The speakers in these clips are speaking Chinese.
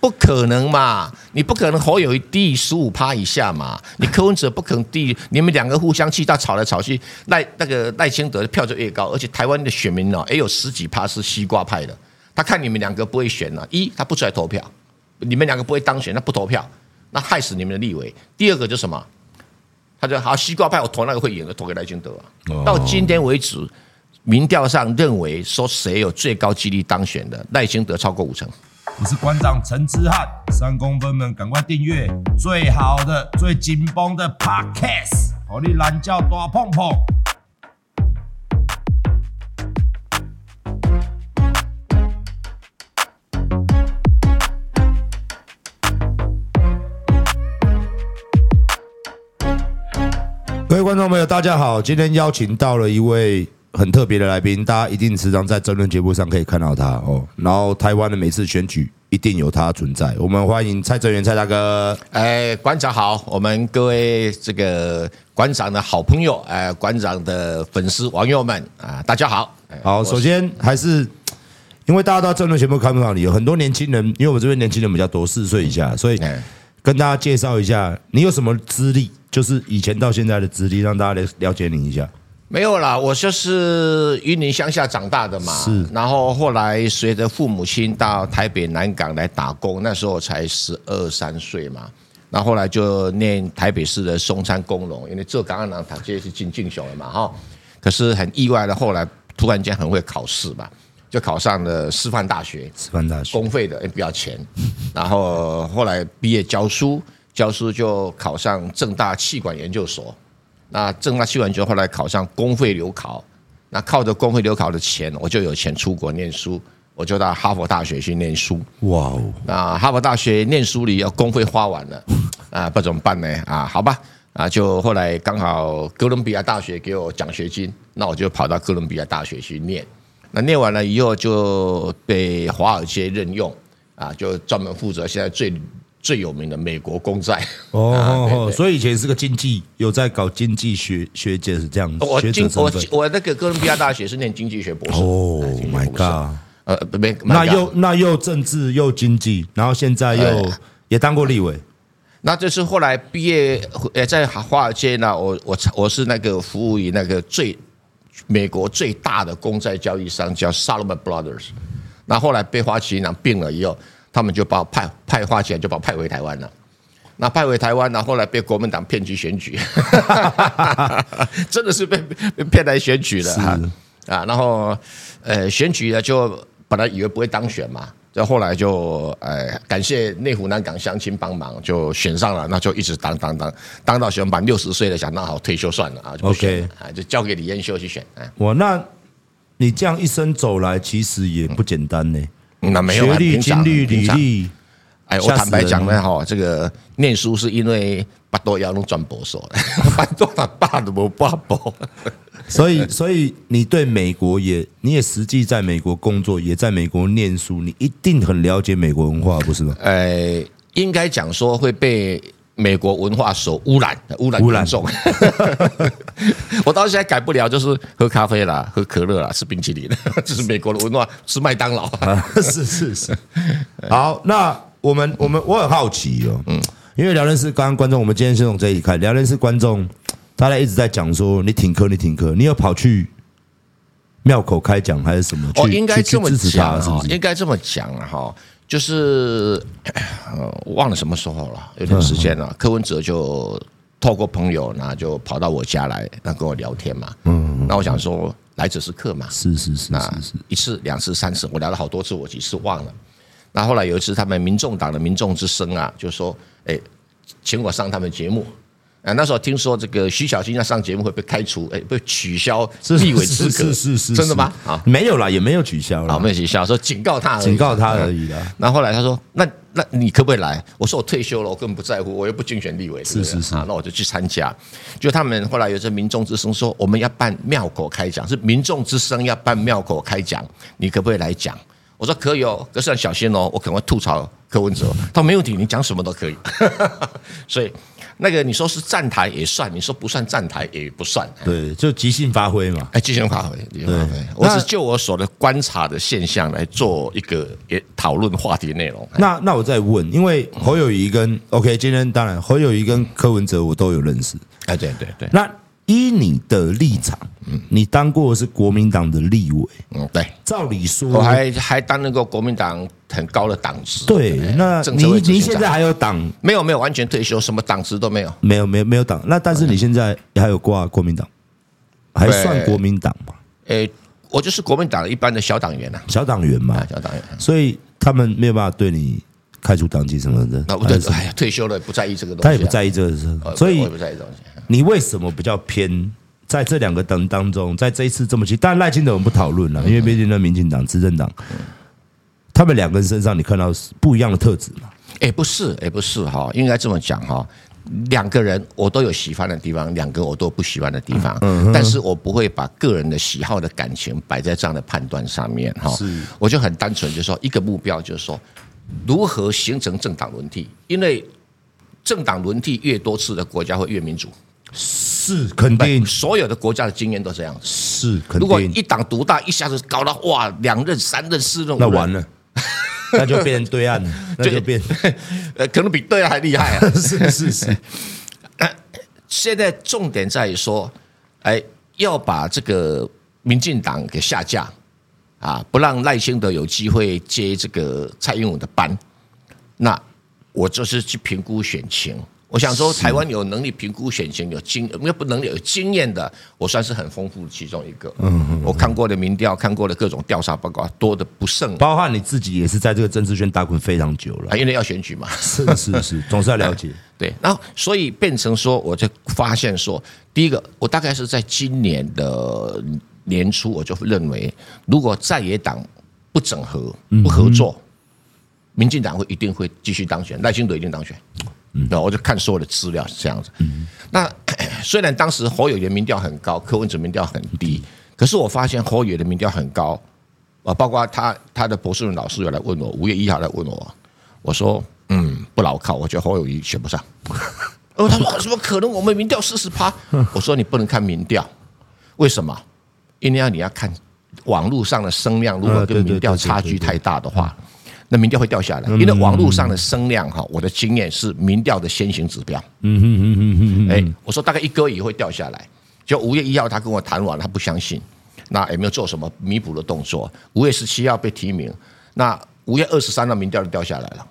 不可能嘛！你不可能侯友谊低十五趴以下嘛！你柯文哲不可能低，你们两个互相气到吵来吵去，赖那个赖清德的票就越高，而且台湾的选民呢、也有十几趴是西瓜派的，他看你们两个不会选呢、啊一他不出来投票，你们两个不会当选，他不投票，那害死你们的立委。第二个就是什么？他就好西瓜派，我投那个会赢的，投给赖清德啊。到今天为止，民调上认为说谁有最高几率当选的，赖清德超过五成。我是馆长陈之汉，三公分们赶快订阅最好的、最紧绷的 Podcast，好你懒觉大碰碰。各位观众朋友，大家好！今天邀请到了一位很特别的来宾，大家一定时常在争论节目上可以看到他哦。然后台湾的每次选举一定有他存在，我们欢迎蔡正元蔡大哥。哎，馆长好，我们各位这个馆长的好朋友，哎、馆长的粉丝网友们啊、大家好。哎好，我首先还是因为大家到争论节目看不到你，有很多年轻人，因为我们这边年轻人比较多，四十岁以下，所以哎跟大家介绍一下你有什么资历，就是以前到现在的资历，让大家了了解你一下。没有啦，我就是云林乡下长大的嘛，是然后后来随着父母亲到台北南港来打工，那时候我才十二三岁嘛。那后来就念台北市的松山工农，因为浙江南塔这是进进雄了嘛哈。可是很意外的，后来突然间很会考试嘛，就考上了师范大学。师范大学公费的也哎不要钱， 然后后来毕业教书，教书就考上正大气管研究所，那正大气管研究所后来考上公费留考，那靠着公费留考的钱，我就有钱出国念书，我就到哈佛大学去念书。哇哦，那啊哈佛大学念书里要公费花完了，啊，不怎么办呢？啊，好吧，啊，就后来刚好哥伦比亚大学给我奖学金，那我就跑到哥伦比亚大学去念。那念完了以后就被华尔街任用，啊，就专门负责现在最最有名的美国公债。啊对哦，对所以以前是个经济，有在搞经济学学界是这样，我学经者身我份。我那个哥伦比亚大学是念经济学博士。哦啊经济学 my 博士 god！呃，不没，那 my god 又那又政治又经济，然后现在又哎也当过立委，那就是后来毕业，呃，在华尔街呢，我我我是那个服务于那个最美国最大的公债交易商叫 Solomon Brothers。那后来被花旗银行并了以后，他们就把我派派花旗银行就把我派回台湾了。那派回台湾呢，后来被国民党骗去选举， 真的是被被骗来选举了啊！啊，然后呃，选举呢就本来以为不会当选嘛，这后来就呃感谢内湖南港乡亲帮忙，就选上了，那就一直当当当当到选满六十岁了，想那好退休算了啊，就不选了啊，就交给李彦秀去选啊。哇，那你这样一生走来，其实也不简单呢。那没有学啊历、平常经历、履平常历，哎，我吓死坦白讲人呢，哈，这个念书是因为巴多要弄转博手 的，巴多他爸都没爸 博。所以所以你对美国也，你也实际在美国工作，也在美国念书，你一定很了解美国文化，不是吗？ 呃，应该讲说会被美国文化所污染，污染污染严重。 我到现在改不了，就是喝咖啡啦，喝可乐啦， 吃冰淇淋，这是美国的文化，吃麦当劳。是是是。 好，那我们我们我很好奇哦，嗯，因为聊天室刚刚观众，我们今天先从这里看，聊天室观众大家一直在讲说你停课，你停课，你有跑去庙口开讲还是什么？哦，去应该去去这么支持讲他是哈不，应是？该这么讲啊哈，就是呃忘了什么时候了，有点时嗯间了。柯文哲就透过朋友，那就跑到我家来，那跟我聊天嘛。嗯，那我想说来者是客嘛，是是是那是是，一次、两次、三次，我聊了好多次，我几次忘了。那后来有一次，他们民众党的民众之声啊，就说：“哎，请我上他们节目。啊，那时候听说这个徐小新要上节目会被开除，哎，被取消啊立委资格，是是是是，真的吗？啊，没有啦，也没有取消啊，啦我，们一起笑说警告他而已，嗯嗯警告他而已啊啦。然后后来他说：“那那你可不可以来？”我说：“我退休了，我根本不在乎，我又不竞选立委。对不对”是是是啊，那我就去参加。就他们后来有这民众之声说我们要办庙口开讲，是民众之声要办庙口开讲，你可不可以来讲？我说可以哦，可是要小心哦，我可能会吐槽柯文哲。他说没问题，你讲什么都可以。 所以那个你说是站台也算，你说不算站台也不算。对，就即兴发挥嘛。哎，即兴发挥，即兴发挥对。我那只就我所的观察的现象来做一个也讨论话题内容。那那我再问，因为侯友谊跟 OK，今天当然侯友谊跟柯文哲我都有认识。哎，对对对，那依你的立场，你当过的是国民党的立委，嗯，对，照理说，我还还担任过国民党很高的党职。对，那哎政你治会执你行现长在还有党没有没有完全退休，什么党职都没有。没有没有没有党？那但是你现在还有挂国民党，还算国民党嘛？哎，我就是国民党一般的小党员呐，小党员嘛啊，，小党员。所以他们没有办法对你开除党籍什么的。那我还就是什么哎呀，退休了不在意这个东西啊，他也不在意这个事呃，，所我以也不在意这个东西。你为什么比较偏在这两个党当中，在这一次这么去？但赖清德我们不讨论了，因为毕竟那民进党、执政党，他们两个人身上你看到不一样的特质嘛。哎，不是，哎，不是哈，应该这么讲哈。两个人我都有喜欢的地方，两个我都有不喜欢的地方，嗯但是我不会把个人的喜好的感情摆在这样的判断上面哈。我就很单纯，就是说一个目标，就是说如何形成政党轮替，因为政党轮替越多次的国家会越民主，是肯定，所有的国家的经验都这样子。是肯如果定一，党独大，一下子搞到哇两任、三任、四任，那五任完 了，那就变成对岸了，那就变呃，可能比对岸还厉害、啊。 是是是，现在重点在于说，哎，要把这个民进党给下架啊，不让赖清德有机会接这个蔡英文的班。那我就是去评估选情。我想说，台湾有能力评估选情、有经呃没有不能力有经验的，我算是很丰富的其中一个。嗯，我看过的民调，看过的各种调查报告多的不胜包含你自己也是在这个政治圈打滚非常久啊，了，因为要选举嘛。是是是， 总是要了解。对，然后所以变成说，我就发现说，第一个，我大概是在今年的年初，我就认为，如果在野党不整合、不合作，民进党会一定会继续当选，赖清德一定当选。那我就看所有的资料是这样子。那 虽然当时侯友宜的民调很高，柯文哲民调很低，可是我发现侯友宜的民调很高，啊，包括他他的博士论老师有来问我，五月一号来问我，我说嗯不牢靠，我觉得侯友谊选不上。 哦，他说啊怎么可能？我们民调四十趴， 我说你不能看民调，为什么？因为你要看网络上的声量，如果呃对跟对民调对对差距对对太大的话，那民调会掉下来。因为网络上的声量哈，我的经验是民调的先行指标。嗯哎、我说大概一个也会掉下来。就五月一号他跟我谈完，他不相信，那也没有做什么弥补的动作。五月十七号被提名，那五月二十三号民调就掉下来了。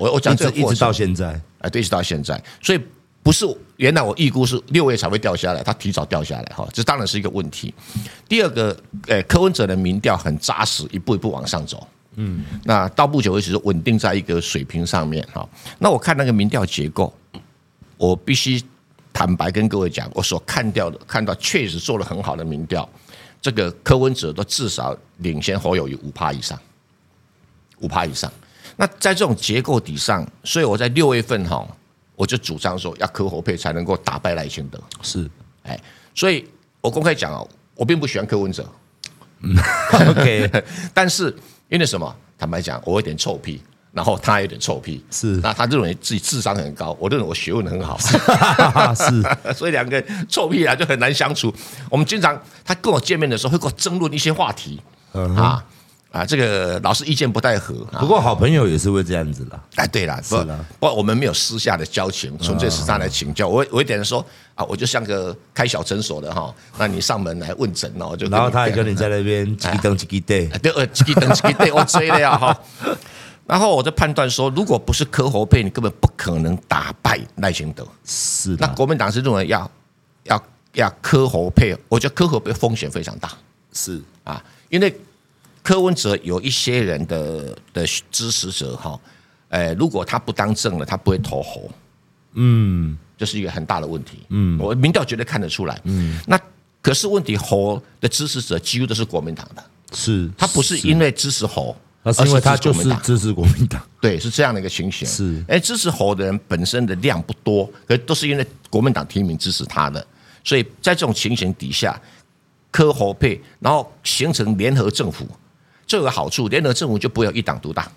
我我讲一这直个一过直程到，现在，哎，对，一直到现在，所以不是原来我预估是六月才会掉下来，它提早掉下来哈，这当然是一个问题。第二个，呃，柯文哲的民调很扎实，一步一步往上走。嗯，那到目前为止是稳定在一个水平上面哈。那我看那个民调结构，我必须坦白跟各位讲，我所看掉的看到确实做了很好的民调，这个柯文哲都至少领先侯友谊五趴以上，五趴以上。那在这种结构底上，所以我在六月份哈，我就主张说要柯侯配才能够打败赖清德。是哎，所以我公开讲哦，我并不喜欢柯文哲， OK， 但是因为什么？坦白讲，我有点臭屁，然后他有点臭屁，是那他认为自己智商很高，我认为我学问很好，是 所以两个人臭屁啊就很难相处。我们经常他跟我见面的时候会跟我争论一些话题、啊啊，这个老是意见不太合啊嗯不。过好朋友也是会这样子啦。哎，对了，不是啦嗯不，我们没有私下的交情，纯粹是他来请教。我我一点说啊，我就像个开小诊所的哈，那你上门来问诊哦，我就跟你然后他也跟你在那边叽叽噔叽叽噔，啊对，呃，这个等这个对我追了呀 哈。然后我就判断说，如果不是柯侯配，你根本不可能打败赖清德。是啊那啦，国民党是认为要要要柯侯配，我觉得柯侯配风险非常大是啊，因为柯文哲有一些人的的支持者哈，哎、呃，如果他不当政了，他不会投侯，嗯，这是一个很大的问题，嗯，我民调绝对看得出来，嗯，那可是问题侯的支持者几乎都是国民党的，是他不是因为支持侯，那是因为他而支持就国民是党支持国民党，对，是这样的一个情形。是哎，支持侯的人本身的量不多，可是都是因为国民党提名支持他的，所以在这种情形底下，柯侯配，然后形成联合政府，这有个好处，联合政府就不会有一党独大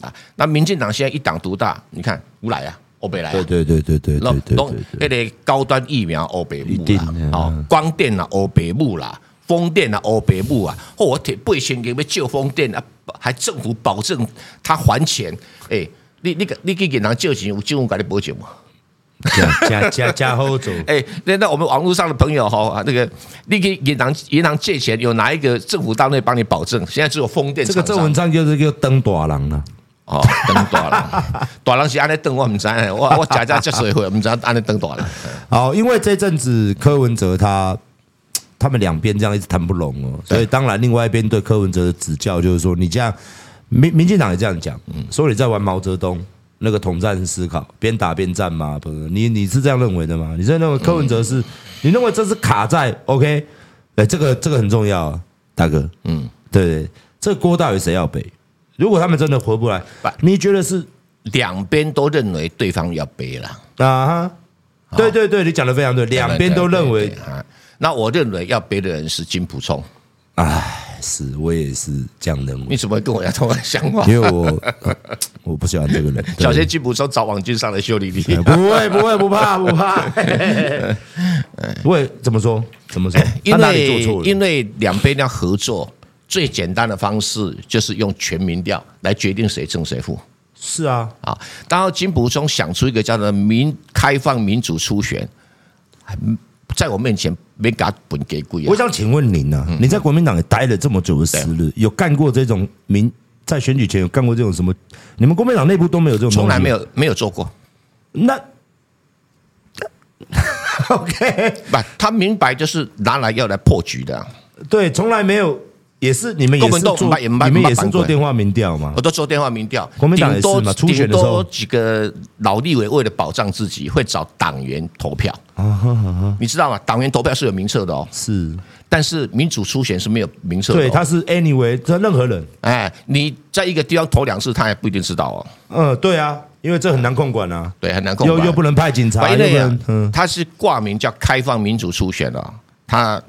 啊。那民进党现在一党独大，你看乌来啊，欧北来、啊， 对对对对对对弄对弄对那对，个高端疫苗欧北一木定啦的，哦，光电啦欧北木啦，风电啦欧北木啊，或我铁八千给要借风电啊，还政府保证他还钱，哎、你你个你去银行借钱，有金融给你保证吗？加 加加加后 走，哎、那那我们网络上的朋友哈、啊，那个你给银行银行借钱，有哪一个政府单位帮你保证？现在只有风电这个厂郑商文灿就是叫登大啊郎了，哦，登大人， 大人是安尼登，我唔知道，我我假假接受一回，唔知安尼登大人。好，因为这阵子柯文哲他他们两边这样一直谈不拢哦，所以当然另外一边对柯文哲的指教就是说，你这样民民进党也这样讲，说你在玩毛泽东那个统战思考，边打边战嘛，不是？你你是这样认为的吗？你是认为柯文哲是？你认为这是卡在 OK？哎，这个这个很重要啊，大哥，嗯，对对，这个锅到底谁要背？如果他们真的回不来不，你觉得是两边都认为对方要背了，啊？哈，对对对，你讲的非常对，两边都认为对对对啊。那我认为要背的人是金溥聪，唉，是我也是这样认你为，怎么会跟我要同样想法？因为我 我不喜欢这个人。对小心金溥聪找网军上来修理你哎。不会不会不怕不怕，嘿嘿嘿不会怎么说怎么说？因他哪里为做错了？因为两边要合作，最简单的方式就是用全民调来决定谁胜谁负是啊，啊。然后金溥聪想出一个叫做民开放民主初选，在我面前没给他本给贵啊我。想请问您嗯啊，你在国民党也待了这么久的时日，有干过这种民在选举前有干过这种什么？你们国民党内部都没有这种，从来没有。有没有做过，那 OK，不，他明白就是拿来要来破局的啊、对，从来没有，也是你们也国民是党做也没你们也是没做办电话民调嘛我？都做电话民调，国民党也顶是多嘛初选顶的时候多几个老立委为了保障自己，会找党员投票。啊你知道吗？党员投票是有名册的哦，是。但是民主初选是没有名册的、哦。对，他是 anyway，这任何人，哎，你在一个地方投两次，他也不一定知道哦。嗯，对啊，因为这很难控管啊，对，很难控又管。又不能派警察，因又不为啊能，嗯，他是挂名叫开放民主初选的、啊他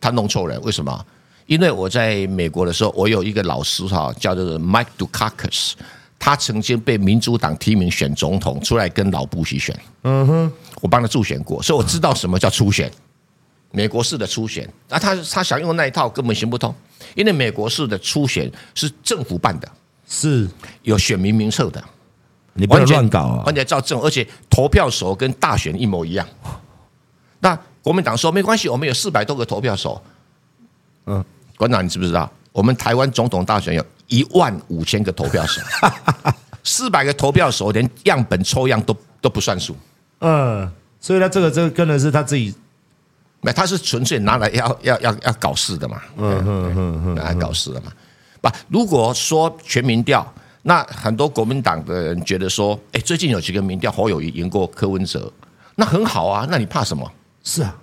他弄错人，为什么？因为我在美国的时候，我有一个老师哈、叫做 Mike Dukakis，他曾经被民主党提名选总统，出来跟老布希选。嗯哼，我帮他助选过，所以我知道什么叫初选，美国式的初选。那、他他想用那一套根本行不通，因为美国式的初选是政府办的，是有选民名册的，你不完能全乱搞啊完，全照正，而且投票手跟大选一模一样。那国民党说没关系，我们有四百多个投票手。嗯嗯，馆长，你知不知道？我们台湾总统大选有一万五千个投 票手，四百个投票手连样本抽样都都不算数。嗯，所以他这个这个真的是他自己，那他是纯粹拿来要要要要搞事的嘛，嗯嗯嗯，拿来搞事的嘛。不，如果说全民调，那很多国民党的人觉得说，哎，最近有几个民调，侯友谊赢过柯文哲，那很好啊，那你怕什么？是啊，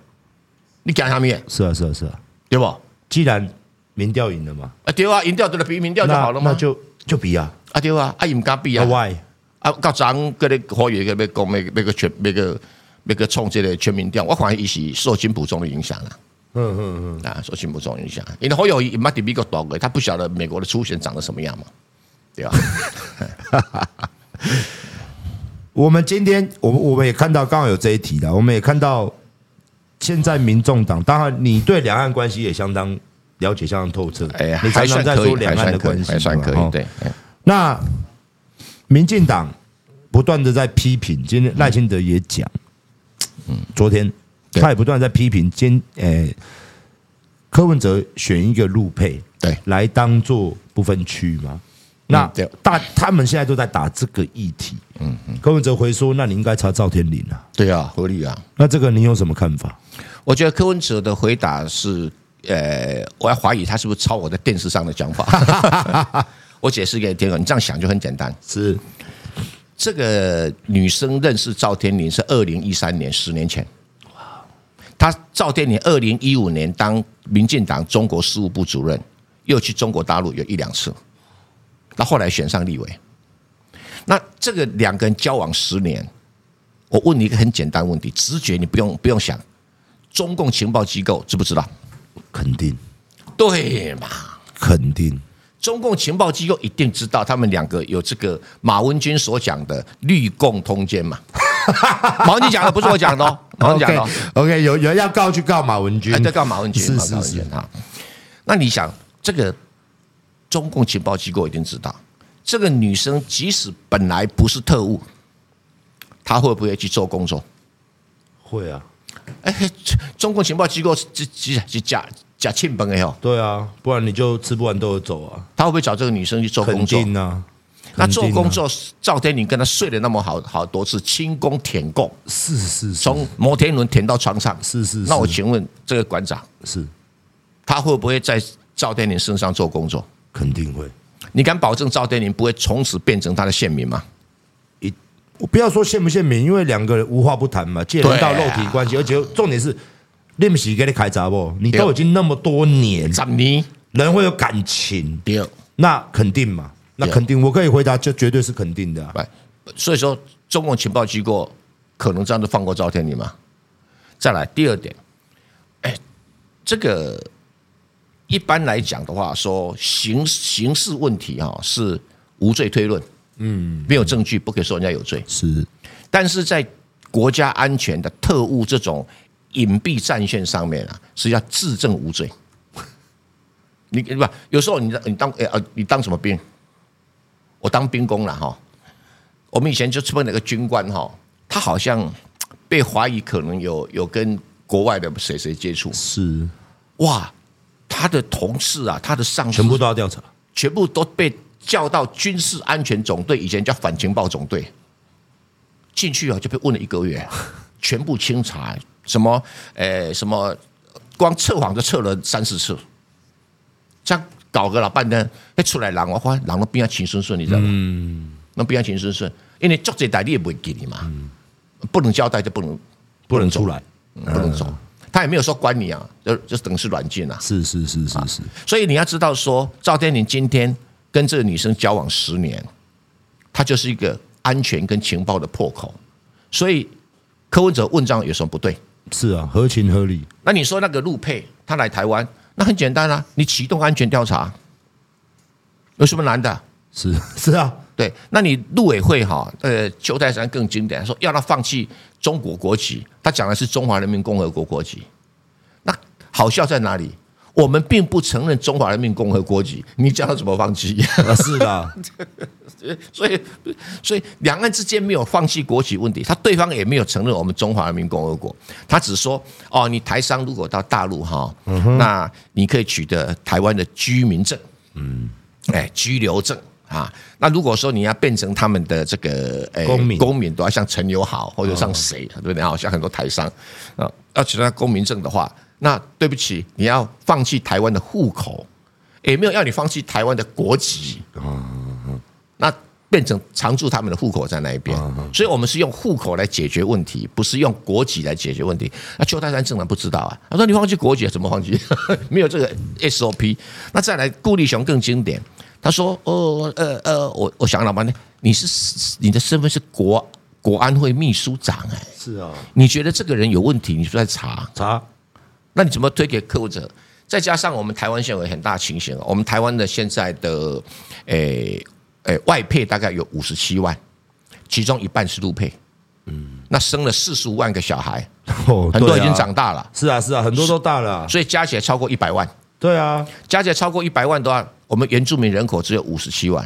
你讲啥咪？是啊，是啊，是啊，对不？啊既然民调赢了嘛，对啊，赢掉对了，比民调就那好了那嘛。就就比啊，啊对啊，啊伊唔敢比那啊。 why 啊，到昨个咧侯友谊个要讲要要个全要个要个创这个全民调，我看伊是受金普中的影响啦。嗯嗯嗯，啊，受金普中影响，因为侯友谊没伫美国读过，他不晓得美国的初选长得什么样嘛，对 吧？我们今天我们我们也看到，刚好有这一题的，我们也看到现在民众党，当然你对两岸关系也相当了解，相当透彻，哎呀，你还常算常在可以说，两还岸算的可关以，系嘛，还算可哦以，对。哎那民进党不断的在批评，今天赖清德也讲，嗯昨天对他也不断地在批评，今诶、柯文哲选一个路配，对来当做不分区嘛。那嗯对大他们现在都在打这个议题，嗯嗯。柯文哲回说，那你应该查赵天麟啊。对啊，合理啊。那这个你有什么看法？我觉得柯文哲的回答是，呃，我要怀疑他是不是抄我在电视上的讲法。 我解释给天哥，你这样想就很简单。是这个女生认识赵天林是二零一三年，十年前。她赵天林二零一五年当民进党中国事务部主任，又去中国大陆有一两次，那后来选上立委。那这个两个人交往十年，我问你一个很简单问题，直觉你不用不用想，中共情报机构知不知道？肯定对嘛？肯定，中共情报机构一定知道他们两个有这个马文君所讲的绿共通奸嘛？ 马文君讲的不是我讲 的哦，马文君讲的、哦。 OK，有有人要告去告马文君哎，，对，告马文君，是告是马文是君啊。那你想，这个中共情报机构一定知道，这个女生即使本来不是特务，她会不会去做工作？会啊，哎，这中共情报机构是是是是假假庆本哎哦，对啊，不然你就吃不完兜着走啊，他会不会找这个女生去做工肯作？定啊，那做肯定啊工作，赵天林跟他睡了那么好好多次，轻功舔供，是是是从摩天轮舔到床上。是是那我是请问这个馆长，是他会不会在赵天林身上做工作？肯定会。你敢保证赵天林不会从此变成他的县民吗？我不要说献不献民，因为两个人无话不谈嘛，既然到肉体关系，而且重点是，你不是给你开闸不？你都已经那么多年，怎尼人会有感情，对，那肯定嘛，那肯定，我可以回答，这绝对是肯定的啊、哎所以说中共情报机构可能这样就放过赵天林吗？再来第二点，哎，这个一般来讲的话，说刑刑事问题哈、是无罪推论，嗯，没有证据不可以说人家有罪，是但是在国家安全的特务这种隐蔽战线上面啊，是要自证无罪。 你你不，有时候你你当呃呃你当什么兵？我当兵工了哈。我们以前就碰那个军官哈，他好像被怀疑可能有有跟国外的谁谁接触，是，哇，他的同事啊，他的上司全部都要调查，全部都被叫到军事安全总队，以前叫反情报总队，进去啊就被问了一个月， 全部清查，什么呃什么，光测谎就测了三四次，这样搞个老半天，那出来人我发现人都变啊秦顺顺，你知道吗？嗯，那变啊秦顺顺，因为作这代你也不会给你嘛，不能交代就不能不能出来，嗯不能走，他也没有说关你啊，就就等于是软禁啊。是是是是是，所以你要知道说，赵天林今天跟这个女生交往十年，他就是一个安全跟情报的破口。所以柯文哲问这样有什么不对？是啊，合情合理，那你说那个陆配他来台湾，那很简单啊，你启动安全调查，有什么难的？是是啊， 对，那你陆委会哈，呃，邱泰山更经典，说要他放弃中国国籍，他讲的是中华人民共和国国籍。那好笑在哪里？我们并不承认中华人民共和国籍，你叫他怎么放弃？啊是的，所以，所以两岸之间没有放弃国籍问题，他对方也没有承认我们中华人民共和国，他只说哦，你台商如果到大陆哈，嗯那你可以取得台湾的居民证，嗯，哎，居留证。啊，那如果说你要变成他们的这个哎公民哦公民都要像陈友好或者像谁，对不对？好像很多台商啊，要取得公民证的话，那对不起，你要放弃台湾的户口，也没有要你放弃台湾的国籍。那变成常驻他们的户口在那一边，所以我们是用户口来解决问题，不是用国籍来解决问题。那邱泰山正然不知道啊，他说你放弃国籍怎么放弃？ 没有这个 SOP。那再来，顾立雄更经典，他说哦呃呃，我我想老半天，你是你的身份是国国安会秘书长哎、是啊，你觉得这个人有问题，你是不是在查？查那你怎么推给客户者？再加上我们台湾现在有很大情形，啊我们台湾的现在的诶诶外配大概有五十七万，其中一半是陆配，嗯，那生了四十五万个小孩，哦，很多对已啊经长，大了，是啊是啊，很多都大了啊，所以加起来超过一百万，对啊，加起来超过一百万的话，我们原住民人口只有五十七万，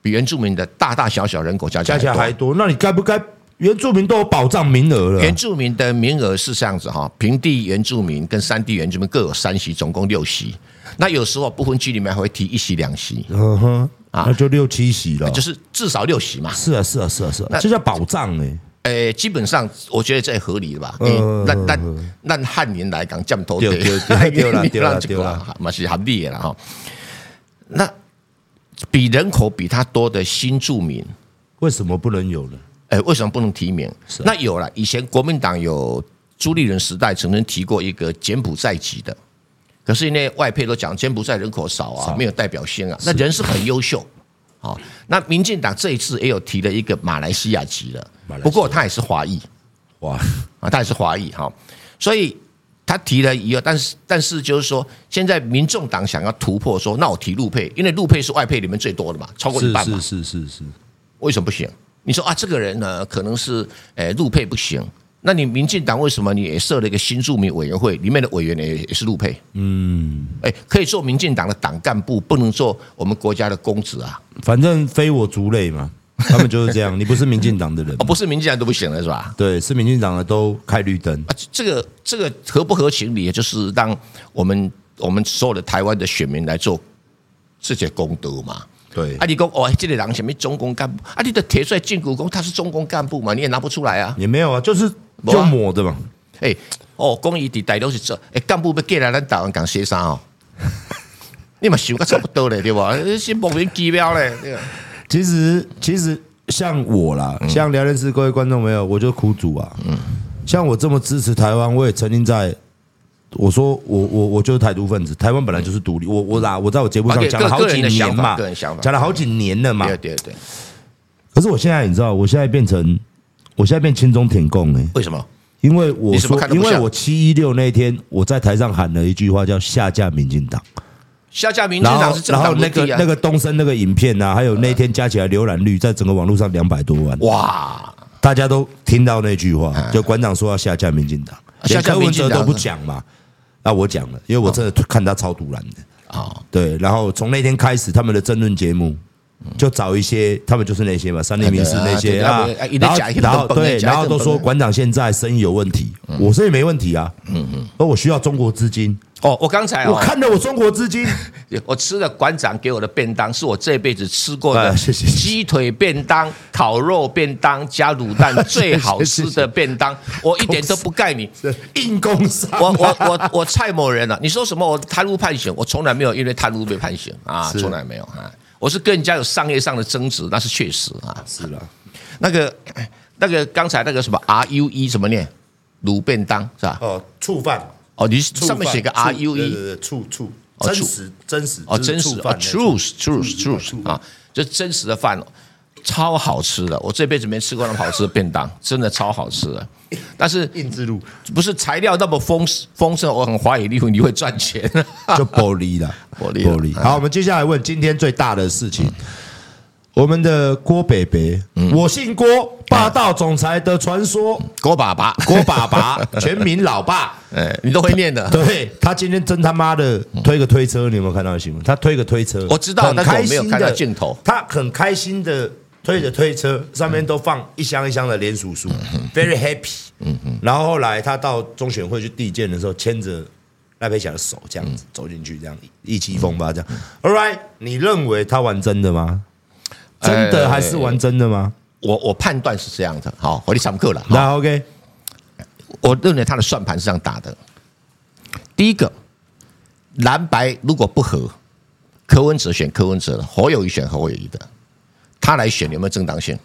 比原住民的大大小小人口加起加来起来还还多。多，那你该不该原住民都有保障名额了啊？原住民的名额是这样子哈，平地原住民跟山地原住民各有三席，总共六席。那有时候不分区里面还会提一席两席，嗯哼，啊那就六七席了。就是至少六席嘛。是啊，是啊，是啊，是啊，那这叫保障哎、诶，基本上我觉得这也合理的吧。嗯嗯，那那那汉民来讲，降头 对对对对啦对啦对啦嘛是合理的啦哈。那比人口比他多的新住民，为什么不能有呢？哎，为什么不能提名？啊那有了，以前国民党有朱立伦时代曾经提过一个柬埔寨籍的，可是因为外配都讲柬埔寨人口少啊，没有代表性啊，那人是很优秀。好，那民进党这一次也有提了一个马来西亚籍的马来西，亚不过他也是华裔哇，啊，他也是华裔哈，所以他提了以后，但是但是就是说，现在民众党想要突破说，那我提陆配，因为陆配是外配里面最多的嘛，超过一是半嘛是，是是是，为什么不行？你说啊，这个人呢，可能是诶陆配不行，那你民进党为什么你也设了一个新住民委员会，里面的委员也也是陆配？嗯，哎，可以做民进党的党干部，不能做我们国家的公职啊！反正非我族类嘛，他们就是 这样。你不是民进党的人哦，，不是民进党都不行了是吧？对，是民进党的都开绿灯。啊，这个这个合不合情理，就是让我们我们所有的台湾的选民来做这些功德嘛。对啊，，你讲哦，这个人什么中共干部啊？你的铁帅进股工他是中共干部嘛，你也拿不出来啊。也没有啊，就是没啊就抹的嘛。哎、哦，公益伫大陆是做，哎、干部要过来咱台湾讲些啥哦？ 你嘛想个差不多嘞，对吧？是莫名其妙嘞，对吧其实其实像我啦，嗯像聊天室各位观众朋友，我就苦主啊。嗯，像我这么支持台湾，我也曾经在。我说我我我就是台独分子，台湾本来就是独立。我我啦，我在我节目啊上对讲了个好个几人的年想法嘛个人想，法嗯讲了好几年了嘛对。对对，可是我现在你知道，我现在变成我现在变亲中舔共哎、为什么？因为我你怎么说看，都因不像为我七一六那天我在台上喊了一句话叫“下架民进党下架”，民进然党后是政然后党那问个题啊！嗯那个东升那个影片啊，还有那天加起来浏览率在整个网络上两百多万，哇，大家都听到那句话，就馆长说要下架民进党，啊下连架柯民文进哲党都不讲嘛，那我讲了，因为我真的看他超突然的，哦，对，然后从那天开始，他们的争论节目就找一些，他们就是那些嘛，三立民视那些对嗯啊啊对啊一，直然后讲一直然后蹦蹦对，一直讲然后一直都说蹦馆长现在生意有问题，我生意没问题啊，嗯嗯，而我需要中国资金，哦，我刚才、哦、我看了我中国 资金，我吃了馆长给我的便当，是我这辈子吃过的哎谢谢谢谢鸡腿便当、烤肉便当加卤 蛋最好吃的便当，我一点都不盖你。硬工伤 啊，我我我我蔡某人啊，你说什么我贪污判刑，我从来没有因为贪污被判刑啊，从来没有啊。我是跟人家有商业上的争执，那是确实啊。是了，那个那个刚才那个什么 R U E 怎么念？卤便当是吧？哦，触犯，哦，你上面写个 R U E，对，触触，哦触真实哦，真实啊，truth，truth，truth 嗯啊，这真实的饭哦超好吃的，我这辈子没吃过那么好吃的便当， 真的超好吃的。但是硬之路不是材料那么丰丰盛，我很怀疑你会你会赚钱。 就玻璃了，玻璃哎了好，我们接下来问今天最大的事情。我们的郭北北，嗯我姓郭，霸道总裁的传说，郭爸爸，郭爸爸，全民老爸。嗯 哎，你都会念 的。对他今天真他妈的推个推车，你有没有看到新闻？他推个推车，我知道很但是我开没有心看到的镜头嗯他很开心的推着推车，上面都放一箱一箱的莲薯酥，very happy。嗯嗯。然后后来他到中选会去递件的时候，牵着赖佩霞的手这嗯样子走进去，这样意气风发这样。All right，你认为他玩真的吗？真的哎还是玩真的吗？我我判断是这样的，好，我去上课了。好那 OK，我认为他的算盘是这样打的：第一个，蓝白如果不合，柯文哲选柯文哲的，侯友谊选侯友谊的，他来选有没有正当性？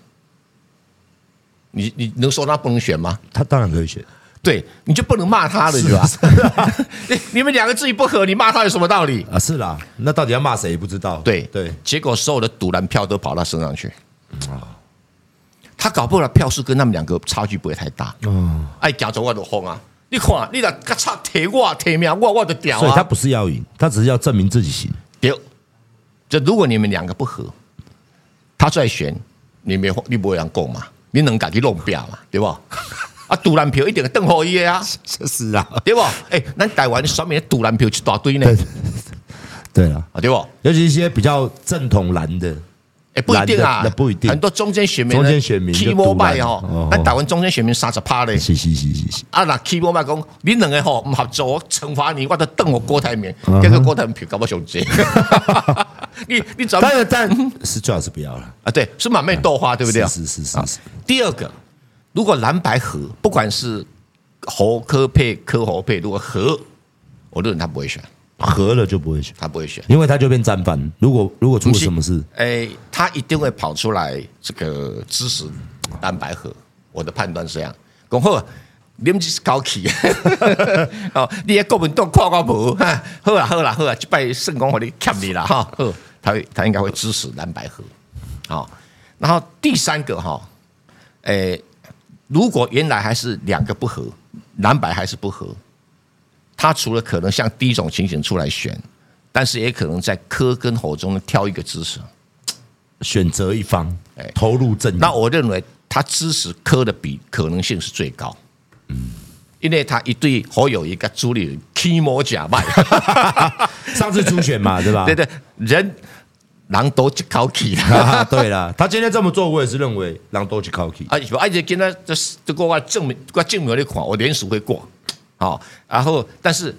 你你能说他不能选吗？他当然可以选。对，你就不能骂他了，是吧？ 你你们两个自己不合，你骂他有什么道理？ 啊，是啦，那到底要骂谁也不知道。对对，嗯结果所有的赌蓝票都跑到身上去。啊他搞不好票数跟他们两个差距不会太大。嗯，哎，讲走我就红啊！你看，你若咔嚓提我提命，我我就屌所以他啊！不是要赢，他只是要证明自己行。对，就如果你们两个不合，他再选，你没你不会人讲嘛？你能家去弄票嘛？ 对不？啊，赌蓝票一定邓好伊的啊，就是啊，对不？哎，咱台湾选民的赌蓝票一大堆呢，对对啊，啊，对不？尤其一些比较正统蓝的，哎，不一定啊懒，得那不一定很多中间选民呢，中间选民就 key 赌 m 烂 o 哦哦，咱台湾中间选民三十趴嘞。是是是是是，啊！那 key m o 讲，你两个吼唔合作，我惩罚你，我就瞪我郭台铭，嗯结果郭台铭票搞不上去。 你你怎么当然但是最好是不要了，啊？对，是满面豆 花，对不对？啊是是是是是，第二个，如果蓝白合，不管是侯科配、柯侯配，如果合，我认为他不会选。合了就不会选，他不会选。因为他就变战犯。如果如果出了什么事，哎，他一定会跑出来这个支持蓝白合。我的判断是这样。讲好，你们就是搞起 哦，你也国民党看我无哈，好啦好啦好啦，这摆圣公我你欠你啦哈。好，他会他应该会支持蓝白合。好、然后第三个哈、诶、如果原来还是两个不合，蓝白还是不合，他除了可能像第一种情形出来选，但是也可能在科跟侯中挑一个支持。选择一方哎，投入正义。那我认为他支持柯的比可能性是最高。因为他一对侯友谊跟朱立伦起模假卖， 上次初 选嘛，对吧？对对，人人都一口气啦。 哈哈对啦，他今天这么做，我也是认为让多去 c o 啊，而且今天这是这个我证明，我证明你看，我联署会过，好、然后但是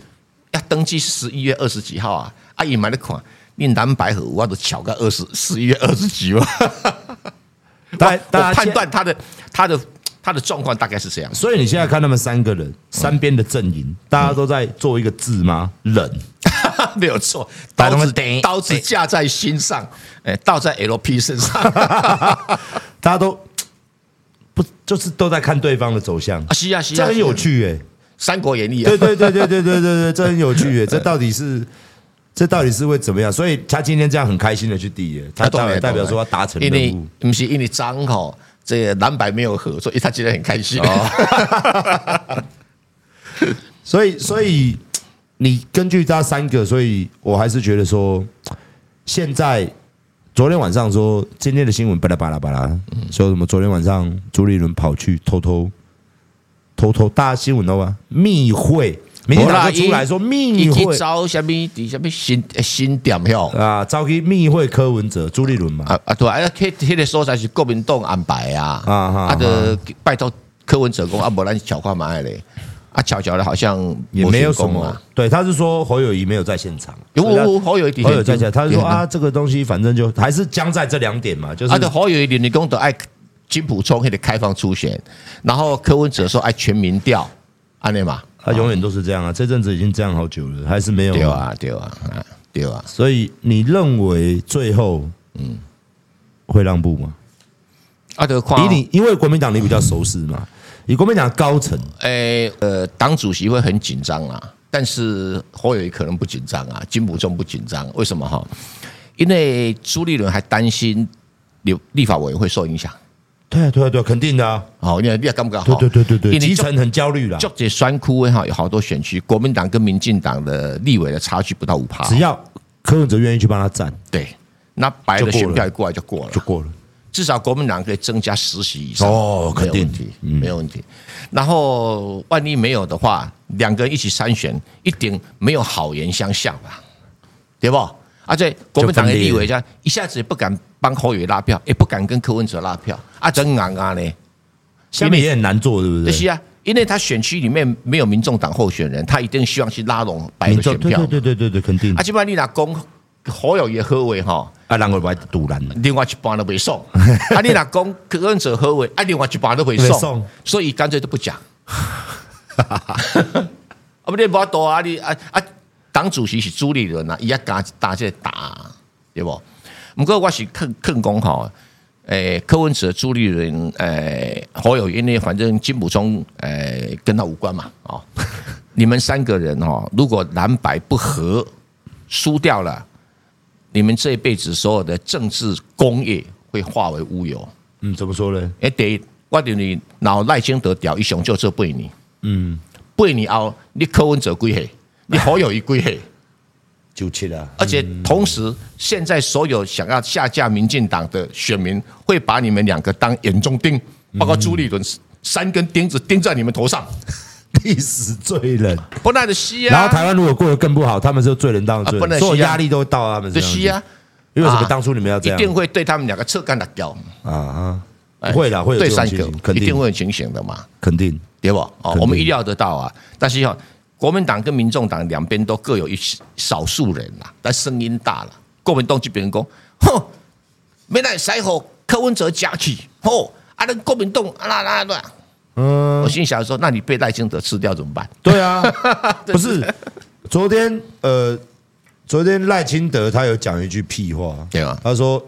要登记十一月二十几号啊，啊，姨买的款，你蓝白合我都巧个二十十一月二十几嘛，大我大家判现断他的他的他的状况大概是这样，所以你现在看他们三个人，三边的阵营，大家都在做一个字吗？忍， 没有错，把刀他们子顶刀子架在心上，哎，倒在 LP 身 上，啊大家都不就是都在看对方的走向啊，？是啊是啊，这很有是啊，趣哎， 《三国演义》对啊，对对对对对对对，这很有趣耶！这到底是这到底是会怎么样？所以他今天这样很开心的去递耶，他代表代表说他达成哎因任为务。不是因为张吼，这个蓝白没有合，所以他今天很开心。哦 所以所以你根据他三个，所以我还是觉得说，现在昨天晚上说今天的新闻巴拉巴拉巴拉，说什么昨天晚上朱立伦跑去偷偷偷偷大家新闻了吧？密会，民进党就出来说密一会招什么？底什么新呃新点票？啊，召开密会柯文哲、朱立伦嘛。啊啊对啊，迄迄个所在是国民党安排啊，啊啊啊啊的拜托柯文哲讲啊，不然巧看嘛嘞，啊巧巧的好像也没有什成功么啊，。对，他是说侯友谊没有在现场，有所以他有侯友谊的确侯友宜在现场，他就说对啊啊，这个东西反正就还是将在这两点嘛，就是啊，对侯友谊你讲的爱金普聪迄个开放初选，然后柯文哲说爱全民调，安尼嘛，他永远都是这样啊，这阵子已经这样好久了，还是没有对。啊对啊啊对啊，所以你认为最后嗯会让步吗？啊对看哦以你因为国民党你比较熟识嘛，以国民党高层诶、呃，党主席会很紧张啊，但是侯友宜可能不紧张啊，金溥聪不紧张，为什么哈？因为朱立伦还担心立立法委员会受影响，对啊对啊对啊，肯定的啊，哦好、因为你也干不干？对对对对对，因为基就层很焦虑啦，就这酸枯哈，有好多选区，国民党跟民进党的立委的差距不到五趴，只要柯文哲愿意去帮他站对，那白就的过选了票一过来就过了就，过了，至少国民党可以增加十席以上。哦肯定没有问题，没有问题。然后万一没有的话，两个人一起参选，一定没有好言相向吧，对不？而且国民党的就分裂立委家一下子也不敢帮侯友宜拉票，也不敢跟柯文哲拉票，啊，真难啊呢。下面也很难做，对不这对？些啊，因为他选区里面没有民众党候选人，他一定希望去拉拢白民的众选对票对。对对对对，肯定啊，基本上你拿公侯友宜何为哈？啊，让我来堵拦。另外一半都未送。啊，你若讲可恩者何为？啊，另外一半都未不送，会送所以干脆都不讲。 啊，不，你无多啊，你啊啊，党主席是朱立伦啊，伊也敢打这个打啊，对不？不过我是肯肯讲吼，诶、柯文哲、朱立伦、诶、侯友宜，因为反正金溥聪诶、跟他无关嘛，哦， 你们三个人哦，如果蓝白不合，输掉了。你们这一辈子所有的政治功业会化为乌有。嗯，怎么说呢？哎，第一，我认为老赖清德掉一雄就这背你，嗯，背你后，你柯文哲归黑，你侯友谊归 黑，九七啦，而且同时，现在所有想要下架民进党的选民会把你们两个当眼中钉，嗯包括朱立伦三根钉子钉在你们头上，历史罪人。不耐的吸啊，然后台湾如果过得更不好，他们是罪人当啊罪不能人，所有吸啊压力都到他们的身上去吸。啊，因为什么？啊当初你们要一这样定会对他们两个侧杆打掉，哎啊啊，会啦，会有对这种三情个形，肯一定定会有情形的嘛。肯定。对不？哦定，我们意料得到啊。但是哦，国民党跟民众党两边都各有一少数人啦，但声音大了。国民党这边讲，哼，没来使好柯文哲加去，吼、啊，那国民党啊啦啦啦。嗯，我心想 说，那你被赖清德吃掉怎么办？对啊，不是。昨天呃，昨天赖清德他有讲一句屁话，对啊他说，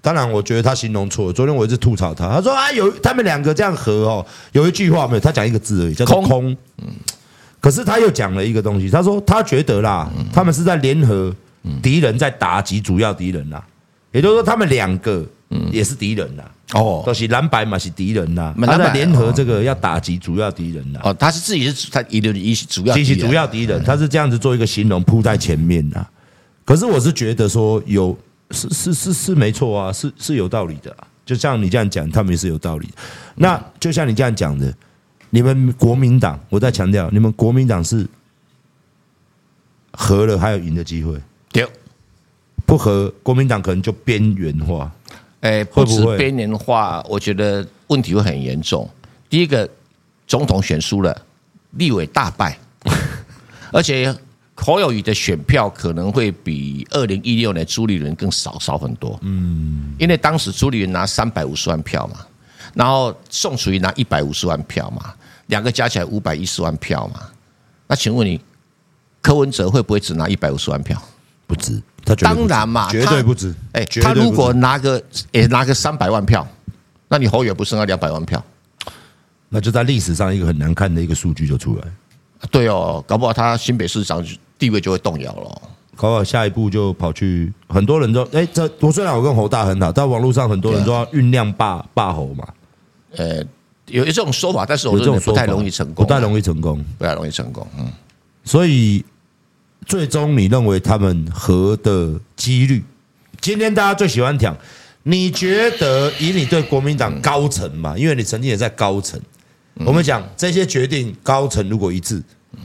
当然我觉得他形容错了。昨天我一直吐槽他，他说啊有他们两个这样合哦，有一句话没有，他讲一个字而已，叫做空空。可是他又讲了一个东西，他说他觉得啦，他们是在联合嗯敌人在打击主要敌人啦，也就是说他们两个嗯也是敌人啦。哦都是蓝白嘛是敌人呐、嘛他蓝白在联合这个要打击主要敌人呐、哦，他是自己是他一流一主要啊其实敌人主要敌嗯人，他是这样子做一个形容铺在前面呐、可是我是觉得说有是是是是没错啊，是是有道理的、啊。就像你这样讲，他们也是有道理的。那嗯就像你这样讲的，你们国民党，我再强调，你们国民党是和了还有赢的机会，对，不和国民党可能就边缘化。哎，不会止不会边缘化，我觉得问题会很严重。第一个，总统选输了，立委大败， 而且侯友谊的选票可能会比二零一六年朱立伦更少少很多。嗯，因为当时朱立伦拿三百五十万票嘛，然后宋楚瑜拿一百五十万票嘛，两个加起来五百一十万票嘛。那请问你，柯文哲会不会只拿一百五十万票？不止，他绝对不当止然嘛，绝他对不止。哎，绝他对如不果止拿个也拿个三百万票，那你侯友不剩下两百万票？那就在历史上一个很难看的一个数据就出来，对哦，搞不好他新北市长地位就会动摇了。搞不好下一步就跑去很多人都哎，这我虽然我跟侯大很好，但网络上很多人都要酝酿罢罢侯嘛，呃，有有这种说法，但是我有这认为种不说法太容易成功，啊不太容易成功。不太容易成功。嗯，所以最终你认为他们和的几率？今天大家最喜欢讲，你觉得以你对国民党高层嘛，因为你曾经也在高层，嗯我们讲这些决定高层如果一致，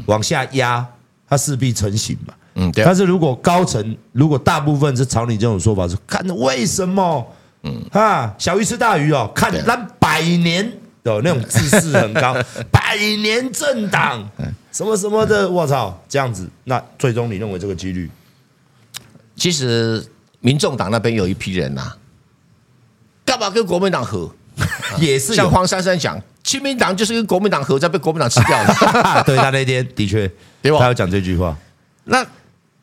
往下压，它势必成型嘛。嗯对啊但是如果高层如果大部分是朝你这种说法是看为什么？嗯啊，小鱼吃大鱼哦，看对啊那百年的那种自视很高，百年政党什么什么的，我操，这样子，那最终你认为这个几率其实民众党那边有一批人呐、干嘛跟国民党合？也是啊像有黄珊珊讲，亲民党就是跟国民党合，再被国民党吃掉 的。啊？对他那天的确，对吧他要讲这句话，那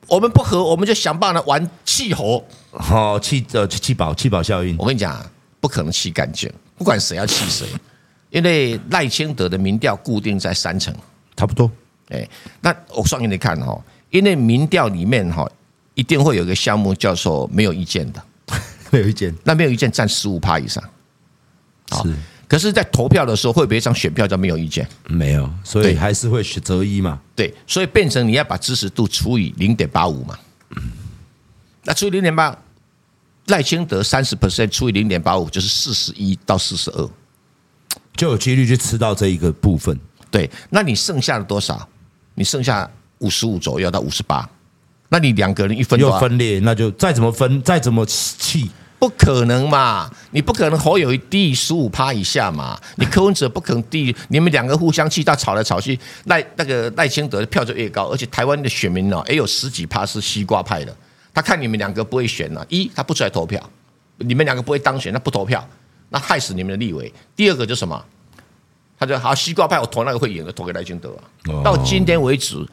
我们不合，我们就想办法玩气候。哦，气呃气保气保效应我跟你讲啊，不可能气干净，不管谁要气谁，因为赖清德的民调固定在三成。差不多，哎，那我算给你看哈、哦，因为民调里面哈、一定会有一个项目叫做没有意见的， 没有意见，那没有意见占十五趴以上。好是可是，在投票的时候会有一张选票叫没有意见，没有，所对以还是会选择一嘛。对，所以变成你要把支持度除以零点八五嘛。那除以零点八，赖清德三十 percent 除以零点八五就是四十一到四十二。就有几率去吃到这一个部分。对，那你剩下的多少？你剩下五十五左右到五十八，那你两个人一分多又少？分裂，那就再怎么分，再怎么气，不可能嘛！你不可能侯友谊低于十五趴以下嘛！你柯文哲不可能低于，你们两个互相气到吵来吵去，赖那个赖清德的票就越高，而且台湾的选民哦呢、也有十几趴是西瓜派的，他看你们两个不会选呢、一他不出来投票，你们两个不会当选，他不投票，那害死你们的立委。第二个就是什么？他就好西瓜派，我投那个会赢的，投给赖清德啊。到今天为止，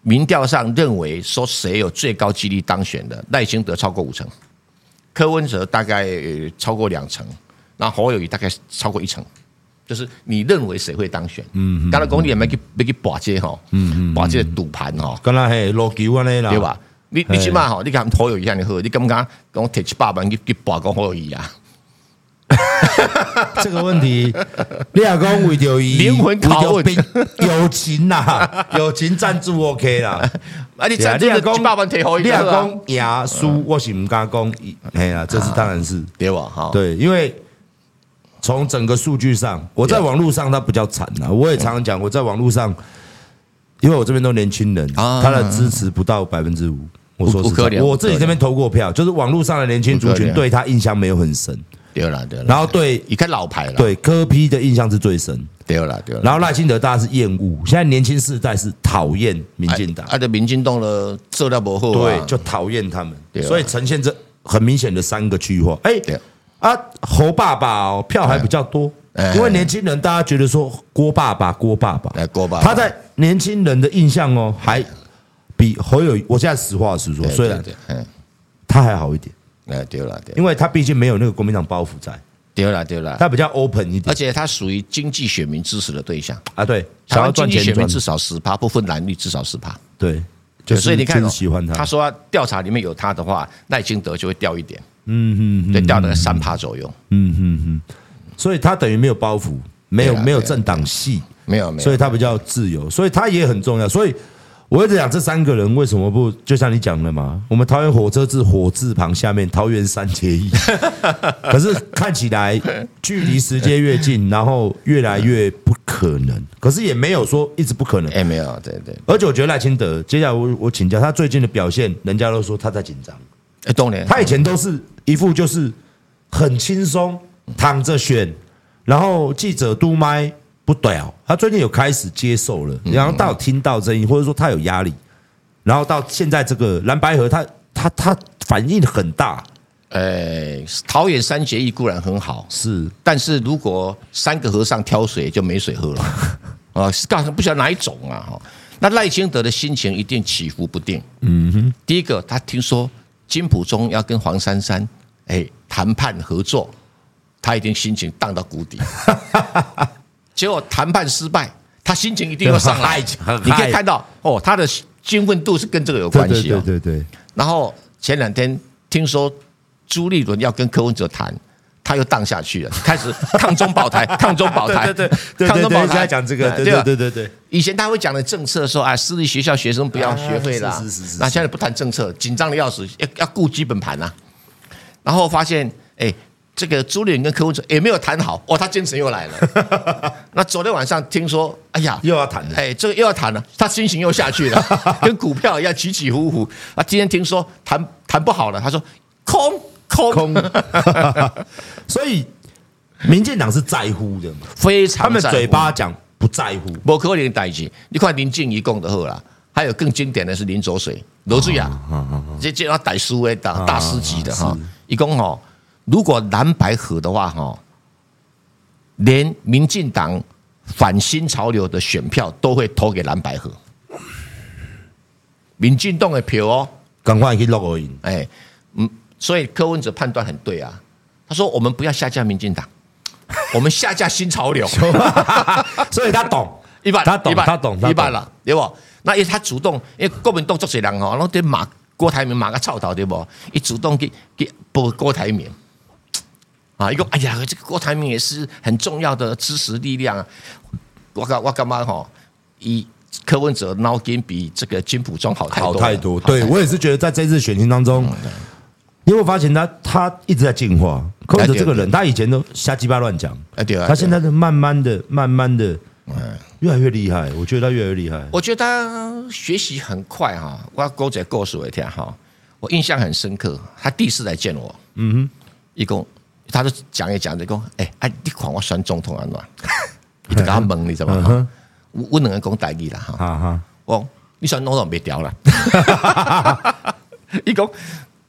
民调上认为说谁有最高几率当选的，赖清德超过五成。柯文哲大概呃超过两成，那侯友谊大概超过一成，就是你认为谁会当选？嗯，刚才讲你也没去没去把这哈，嗯嗯，把这个赌盘哈，刚刚嘿逻辑完嘞啦，对？吧？你你起码吼，你看侯友谊向你好，你敢不敢讲摕七百万去去博讲侯友谊啊？这个问题，你老公为着伊灵魂拷问为着兵友 情啦，友情赞助 OK 啦。啊，你对啊真的七百万摕侯友你谊老啊？公赢输，我是唔敢讲，嘿啦，这是当然是对吧？哈，对，因为从整个数据上，我在 Yeah 网络上他比较惨啊。我也常常讲，我在网络上，因为我这边都年轻人，啊他的支持不到百分之五。我说不可是，能我自己这边投过票，就是网络上的年轻族不可群能对他印象没有很深，对了对了，然后对你看老牌了，对柯批的印象是最深，对了对了，然后赖清德大家是厌恶，现在年轻世代是讨厌民进党，啊，这民进党了做了不好啊，对，就讨厌他们对，啊所以呈现这很明显的三个区划。哎对，啊，侯爸爸哦，票还比较多哎，因为年轻人大家觉得说郭爸爸，郭爸爸哎，郭爸爸他在年轻人的印象哦，还比侯友宜，我现在实话实说，对虽然对对嗯，他还好一点，哎，丢了丢了因为他毕竟没有那个国民党包袱在，丢了丢了，他比较 open 一而点且他属于经济选民支持的对象，啊，对，台想湾要经赚济钱选民赚至，少十趴，不分蓝绿至少十趴。对，就是所以你看、就哦，是喜欢他，说啊调查里面有他的话，赖清德就会掉一点，嗯嗯，对，掉了三趴左右，所以他等于没有包袱，没有对啊没有对啊政党系，没有没有，所以他比较自由，所以他也很重要。所以我一直讲这三个人为什么不，就像你讲的嘛，我们桃园火车至火字旁下面桃园三结义，可是看起来距离时间越近，然后越来越不可能，可是也没有说一直不可能。哎没有，对对，而且我觉得赖清德，接下来我我请教他最近的表现，人家都说他在紧张，哎当然，他以前都是一副就是很轻松躺着选，然后记者督麦不屌，他最近有开始接受了，然后到听到声音，或者说他有压力，然后到现在这个蓝白河，他他他反应很大，哎桃园三结义固然很好，是但是如果三个和尚挑水，就没水喝了 啊！告诉不晓得哪一种啊哈。那赖清德的心情一定起伏不定。嗯哼，第一个他听说金溥中要跟黄珊珊哎谈判合作，他一定心情荡到谷 底。结果谈判失败，他心情一定又上来 很嗨。你可以看到哦，他的兴奋度是跟这个有关系哦。对对，然后前两天听说朱立伦要跟柯文哲谈，他又荡下去了，开始抗中保台，抗中保台，对对对抗对中对，保现在台。讲这个，对吧对对对对，以前他会讲的政策说啊，私立学校学生不要学费啦，啊是是是是那现在不谈政策，紧张的要死，要要顾基本盘啊。然后发现，哎，这个朱立伦跟柯文哲也没有谈好，哦，他精神又来了。那昨天晚上听说，哎呀，又要谈了，哎，这个又要谈了，他心情又下去了， 跟股票一样起起伏伏。啊，今天听说谈谈不好了，他说空空空，所以民进党是在乎的嘛，非常他们在乎嘴巴讲不在乎，不可能代志。你看林静怡讲的好啦，还有更经典的是林卓水、罗志亚，哦这这要歹书诶，大大师级的哈。一共哦，如果蓝白合的话哈，连民进党反新潮流的选票都会投给蓝白合，民进党的票哦。赶快去 log in，哎，嗯，所以柯文哲判断很对啊。他说我们不要下架民进 党，我们下架新潮流， 所以他懂。一半他懂一半他懂他懂一半了，对不？那因为他主动，因为国民党做谁人哦，然后对马郭台铭马个臭头对不？一主动去去报郭台铭。啊，一个哎呀，这个郭台铭也是很重要的支持力量啊！我感我干嘛吼？以柯文哲脑筋比这个金溥中好太多好了，嗯太多。对我也是觉得在这次选情当中，你会发现他他一直在进化。柯文哲这个人，他以前都瞎鸡巴乱讲，哎对啊，啊嗯他现对啊在是慢慢的、慢慢的，越来越厉害。我觉得他越来越厉害。我觉得他学习很快哈、我勾仔告诉我一下哈、我印象很深刻。他第一次来见我，嗯哼，一共他就讲一讲，就讲，哎、哎、你看我选总统安怎？ 伊就跟他问你知道吗？哈我我两个讲台语啦哈，哈哈，我讲你选总统别 调啦。 伊讲，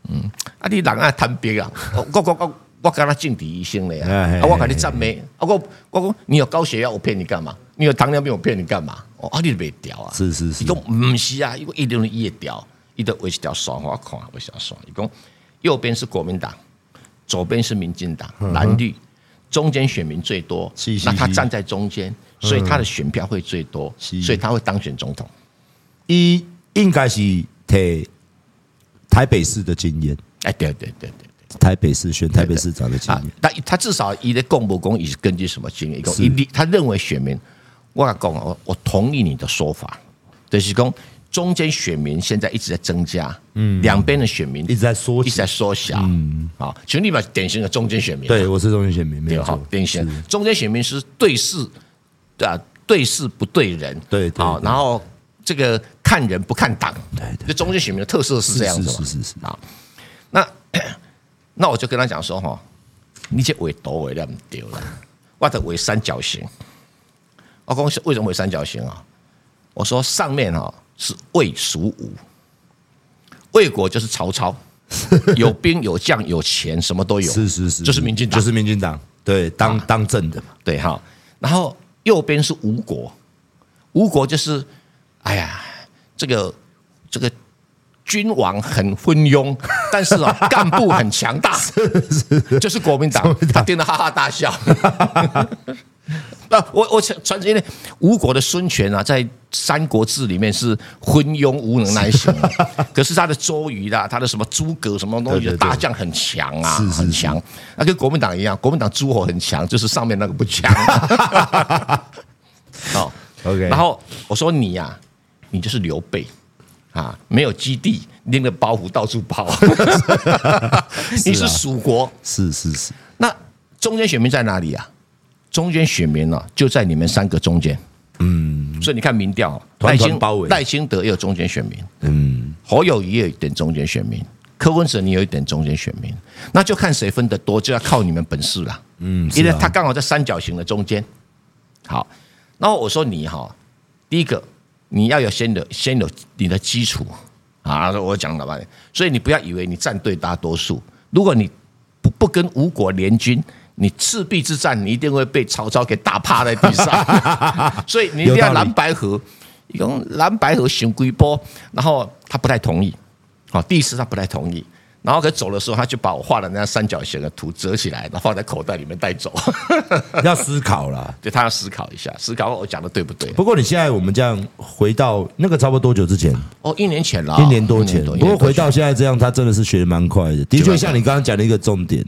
嗯，啊你人啊贪别啊，我我我我跟他政治医生的哎哎啊，啊我跟你赞美，啊我我讲你有高血压我骗你干嘛？你有糖尿病我骗你干嘛？哦啊你别调啊，是是伊是，讲毋是啊，伊讲一六年伊会调，伊就画一条线互我看，画一条线。伊讲右边是国民党，左边是民进党，蓝绿，中间选民最多嗯是是，那他是站在中间，所以他的选票会最多，是所以他会当选总统。一应该是台台北市的经验，哎，对对对对。台北市选台北市长的经啊验。，他他至少伊的共不共，伊是根据什么经验？是伊立他认为选民，我跟你讲哦我我同意你的说法，就是讲中间选民现在一直在增加，嗯，两边的选民一直在缩小一直在缩小，嗯，啊，群里面典型的中间选民，对，我是中原选民，没对有哈错，，典型中间选民是对事，对啊，对事不对人，对对啊，对然后这个看人不看党，对对这中间选民的特色是这样子嘛，是是是是啊，那 那我就跟他讲说哈，你这尾多尾量丢了，我的尾三角形，我公司为什么尾三角形啊？我说上面哈是魏蜀吴，魏国就是曹 操，有兵有将有钱，什么都有，是是是，就是民进党，啊就是民进党，对，当当政的嘛，对哈。然后右边是吴国，吴国就是，哎呀，这个这个君王很昏庸， 但是啊、干部很强大， 就是国民党，他听得哈哈大笑。 那我我传传因为吴国的孙权啊，在《三国志》里面是昏庸无能那一型啊， 可是他的周瑜啦，他的什么诸葛什么东西对的对对大将很强啊，是是很强。那跟国民党一样，国民党诸侯很强，就是上面那个不 强。哦 OK 然后我说你呀、你就是刘备啊，没有基地，拎着包袱到处 跑，啊你是蜀国，是是是，那中间选民在哪里啊？中间选民呢、就在你们三个中间。嗯，所以你看民调，团赖团清包围赖清德也有中间选民，嗯，侯友谊也有一点中间选民，柯文哲你有一点中间选民，那就看谁分得多，就要靠你们本事了。嗯，因为他刚好在三角形的中间。好，然后我说你哈、第一个你要有先有先有你的基础啊，我讲了吧，所以你不要以为你站对大多数，如果你不不跟吴国联军，你赤壁之战你一定会被曹操给打趴在地 上，所以你一定要有道理蓝白河，用蓝白河行规波，然后他不太同意，好，第一次他不太同意。然后可走的时候，他就把我画的那三角形的图折起来，然后放在口袋里面带走。 要思考啦。对他要思考一下，思考我讲的对不对？不过你现在我们这样回到那个差不多多久之前？哦，一年前了啊，一年多前。一不过回前到现在这样，他真的是学的蛮快的。的学得确，蛮快像你刚刚讲的一个重点，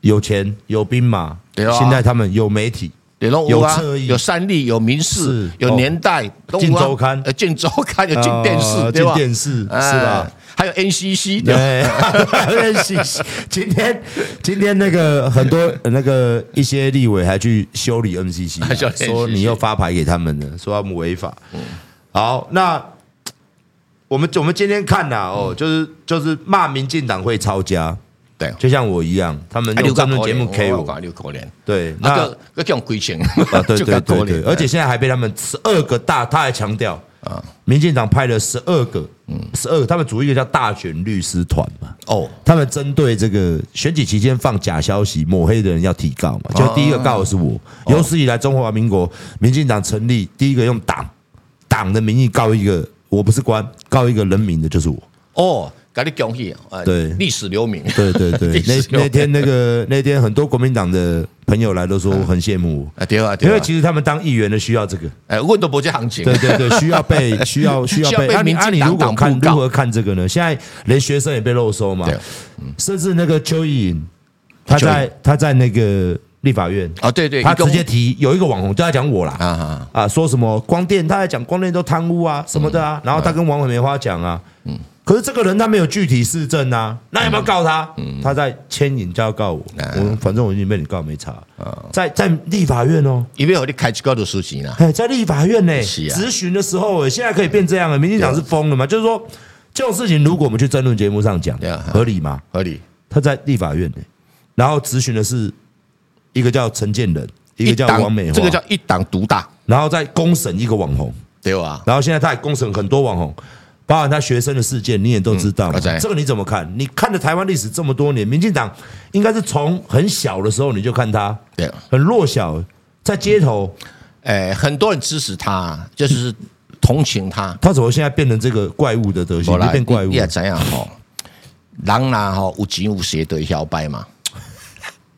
有钱有兵马，对啊现在他们有媒体，有龙有有啊侧，翼有三立，有民视是，有年代，东吴啊镜周刊呃，镜周刊有进电视，呃对吧？进电视哎是吧？还有 NCC 对吧，对，信息。今天今天那个很多呃那个一些立委还去修理 NCC， 还修理 NCC 啊说你又发牌给他们了，说他们违法。嗯好，那我们我们今天看呐、嗯哦，就是就是骂民进党会抄家，对。就像我一样，他们啊用政论节目 K 我我，讲六口脸，对，那那个个叫鬼情啊，，对就对叫对口对，脸，嗯而且现在还被他们十二个大，他还强调啊，民进党派了十二个，十二个，他们组一个叫大选律师团嘛，哦，他们针对这个选举期间放假消息、抹黑的人要提告嘛，就哦第一个告的是我，有史以来中华民国民进党成立第一个用党党的名义告一个，我不是官，告一个人民的就是我。哦，给你恭喜，呃对历史留名，对对对历，史 那留名 那天那个那天很多国民党的朋友来都说很羡慕我，啊，对啊，因对为啊，其实他们当议员的需要这个。哎，问都不这行情，对对对，需要被需要需要需要被。被那你民进那你党如果党看部告如何看这个呢？现在连学生也被漏收嘛对，甚至那个邱意莹，他邱意在他在那个立法院，啊，对对，他一共直接提有一个网红就在讲我啦啊啊，啊，说什么光电，他在讲光电都贪污啊什么嗯的啊，然后他跟王伟梅花讲啊，可是这个人他没有具体市政啊，那要不要告他？嗯他在牵引就要告我，啊我反正我已经被你告没差，在在立法院哦。因为我你开机高的书籍呢，哎，在立法院呢、是啊质询的时候、哎，现在可以变这样了，民进党是疯了嘛？就是说，这种事情如果我们去争论节目上讲对啊，合理吗？合理，他在立法院呢、然后质询的是一个叫陈建仁，一个叫党王美华，这个叫一党独大，然后再公审一个网红，对吧？然后现在他还公审很多网红。包含他学生的事件，你也都知道嘛嗯我知道这个你怎么看？你看了台湾历史这么多年，民进党应该是从很小的时候你就看他，对，很弱小，在街头，哎，很多人支持他，就是同情他。他怎么现在变成这个怪物的德行？无就啦，变怪物你你也知影吼，人啦吼有钱有势就是摇摆嘛，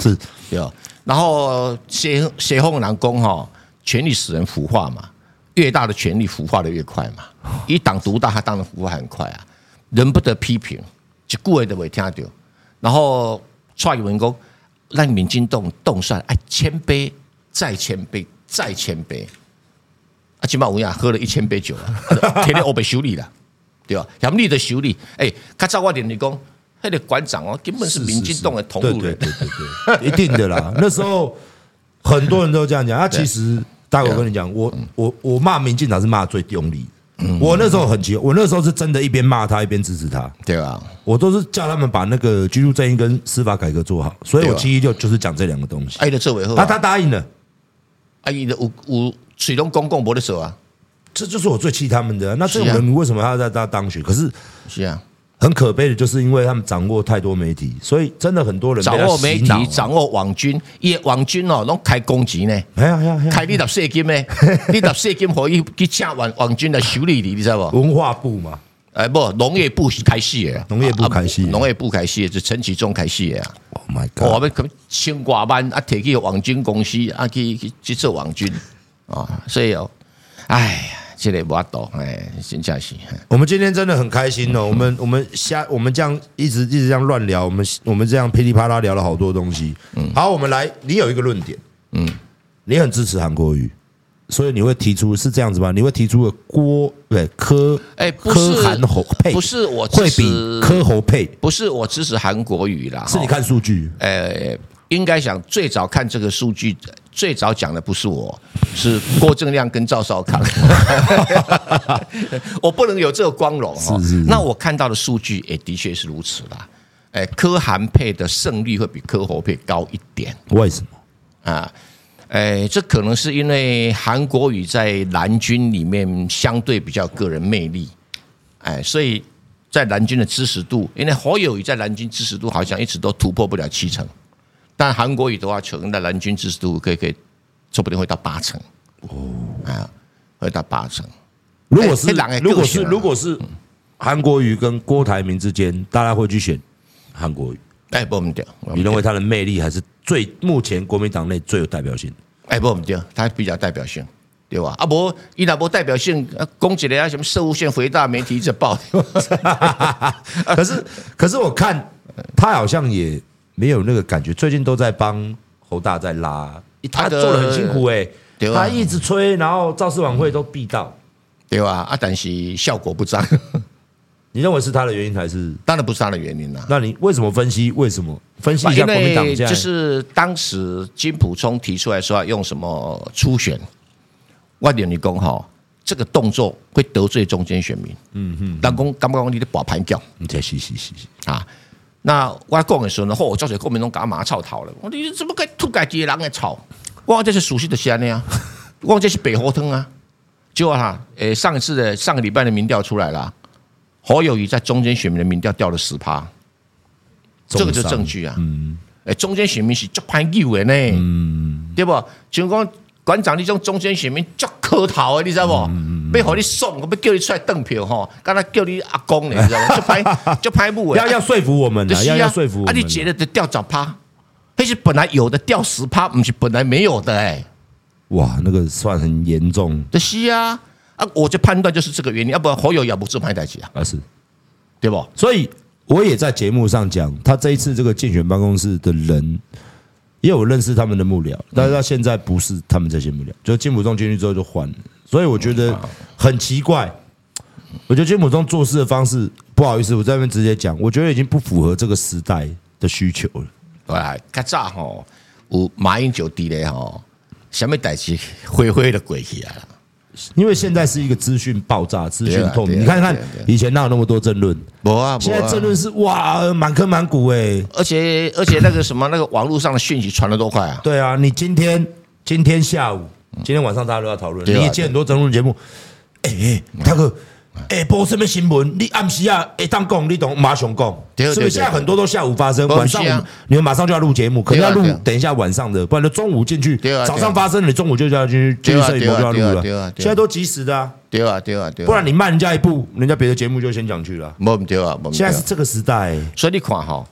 是对吧。然后西西方人讲吼，权力使人腐化嘛，越大的权力腐化的越快嘛。一党独大，他当然腐化很快啊，人不得批评，一句话都未听到。然后蔡英文讲，让民进动动算，哎，谦卑再谦卑再谦卑。啊，起码有影喝了一千杯酒啊， 啊天天我被修理了。对吧？严厉的修理，哎、较早我连你讲，那个馆长哦，根本是民进党的同路人，对对对对对，一定 的啦。那时候很多人都这样讲，啊，其实大狗我跟你讲，我嗯我我骂民进党是骂最用力的。我那时候很奇怪，我那时候是真的一边骂他一边支持他，对吧？啊我都是叫他们把那个居住正义跟司法改革做好，所以我对啊七一六就是讲这两个东西。哎，的做为后啊，啊，他他答应了，啊，伊的有有水龙公共无得做啊，这就是我最气他们的啊。那这种是啊人为什么还要在他当选？可是是啊，很可悲的就是因为他们掌握太多媒体，所以真的很多人掌被他握媒洗脑啊体，掌握网军，伊网军哦，拢开攻击呢，哎呀哎呀哎呀，开你粒税金 呢，你粒税金可以去请网网军来修理你，你知道不？文化部嘛，哎，不，农业部是开戏的啊，农业部开戏啊农业部开戏的，是陈其忠开戏的啊。 Oh my 我 god！们可千挂班啊，摕去网军公司啊，去去去做网军啊，所以哦，哎呀，这个无法度，哎，真正是。我们今天真的很开心嗯哦，我们我们瞎我们这样一直一直这样乱聊，我们我们这样噼里啪啦聊了好多东西。嗯好，我们来，你有一个论点，嗯，你很支持韩国瑜，所以你会提出是这样子吗？你会提出个郭对柯哎不是柯韩侯配不是我支会持哦比柯侯配，不是我支持韩国语啦，哦是你哈看数据，呃，应该想最早看这个数据，最早讲的不是我，是郭正亮跟赵少康。 我不能有这个光荣哦。那我看到的数据也的确是如此啦。哎，柯韩配的胜率会比柯侯配高一点为什么？啊。哎，这可能是因为韩国语在蓝军里面相对比较个人魅力，哎，所以在蓝军的支持度，因为侯友谊在蓝军支持度好像一直都突破不了七成，但韩国瑜的话，可能在蓝军支持度可以可以，说不定会到八成哦，啊，会到八成。如果是哎那人的个性啊如果是如果是韩国瑜跟郭台铭之间，大家会去选韩国瑜。哎，不，我们掉，我你们认为他的魅力还是最目前国民党内最有代表性？哎，不，我们掉，他比较代表性，对吧？啊，不，伊那无代表性，啊，攻击了啊什么社会线肥大媒体一直报， 可是可是我看他好像也没有那个感觉，最近都在帮侯大在拉，他他的做的很辛苦哎、对啊他一直吹，然后造势晚会都必到。对吧？啊，但是效果不彰，你认为是他的原因还是？当然不是他的原因啦。那你为什么分析？为什么分析一下因国民党为这样？就是当时金溥聪提出来说要用什么初选，外点你讲哈，这个动作会得罪中间选民。嗯嗯，但讲敢不讲你的保盘叫你再洗洗洗洗，啊？那我讲的时候呢，嚯，叫谁国民党干嘛臭头了？我说你怎么该吐家己的人的臭？我讲这是熟悉的安尼 啊，我讲这是北火汤啊。结果哈、诶、上一次的上个礼拜的民调出来了，侯友谊在中间选民的民调掉了十趴。这个就是证据啊。嗯哎，中间选民是足歹拗的呢，对不？像讲馆长你种中间选民足磕头的，你知道嗯不？要互你送，要叫你出来登票吼，敢若叫你阿公呢，你知道 吗？足歹足歹母的，要要说服我们就啊，是要啊，要说服我啊，们啊。你觉得得掉十趴，那是本来有的掉十趴，不是本来没有的哎、哇，那个算很严重，就是啊。啊，我就判断就是这个原因，要不然侯友也不做歹代志啊，啊是。对不？所以我也在节目上讲，他这一次这个竞选办公室的人，也有认识他们的幕僚，但是他现在不是他们这些幕僚，就金溥忠进去之后就换了，所以我觉得很奇怪。我觉得金溥忠做事的方式，不好意思，我在那边直接讲，我觉得已经不符合这个时代的需求了。啊，较早吼有马英九伫咧吼，什么代志灰灰的过去啊啦。因为现在是一个资讯爆炸、资讯对啊透对明，啊你看看对啊对啊以前哪有那么多争论，无啊，现无在啊争论是哇满坑满谷哎、而且而且那个什么那个网络上的讯息传得多快啊！对啊，你今天今天下午、今天晚上大家都要讨嗯论，对啊嗯你也见很多争论节目。哎、欸，大哥，哎、播什么新闻？你暗时啊，哎，当讲你懂，马上讲，对对是不对是？现在很多都下午发生，对晚上不是啊你们马上就要录节目，可能要对录啊对啊等一下晚上的，不然就中午进去对啊对，啊早上发生了，你中午就要进去，对进去啊摄影对啊棚就要录对啊了对啊。对啊现在都及时的啊，对啊，对啊，对啊，不然你慢人家一步，人家别的节目就先讲去了。无毋对啊，无毋对现啊在。是这个时代，所以你看吼，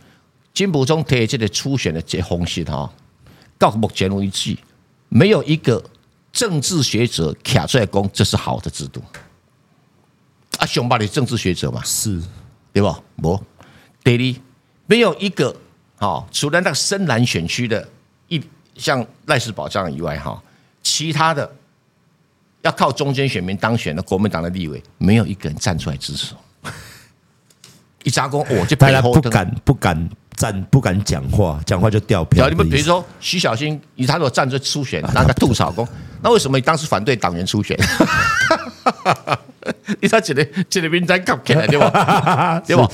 金溥聪提的这个初选的这方式吼，到目前为止，没有一个政治学者卡出来讲这是好的制度。啊，熊爸的政治学者嘛，是对吧？无，第二，没有一个好、哦，除了那个深蓝选区的一像赖世宝这样以外，哈、其他的要靠中间选民当选的国民党的立委，没有一个人站出来支持。 一扎工，我、就大背家后不灯。敢不敢站，不敢讲话，讲话就掉只票要的啊你意思。们比如说徐小新，以他如果站出初选，让他吐槽工， 那为什么你当时反对党员 初选？ 你他这个这个民在搞起来对吧？对吧？啊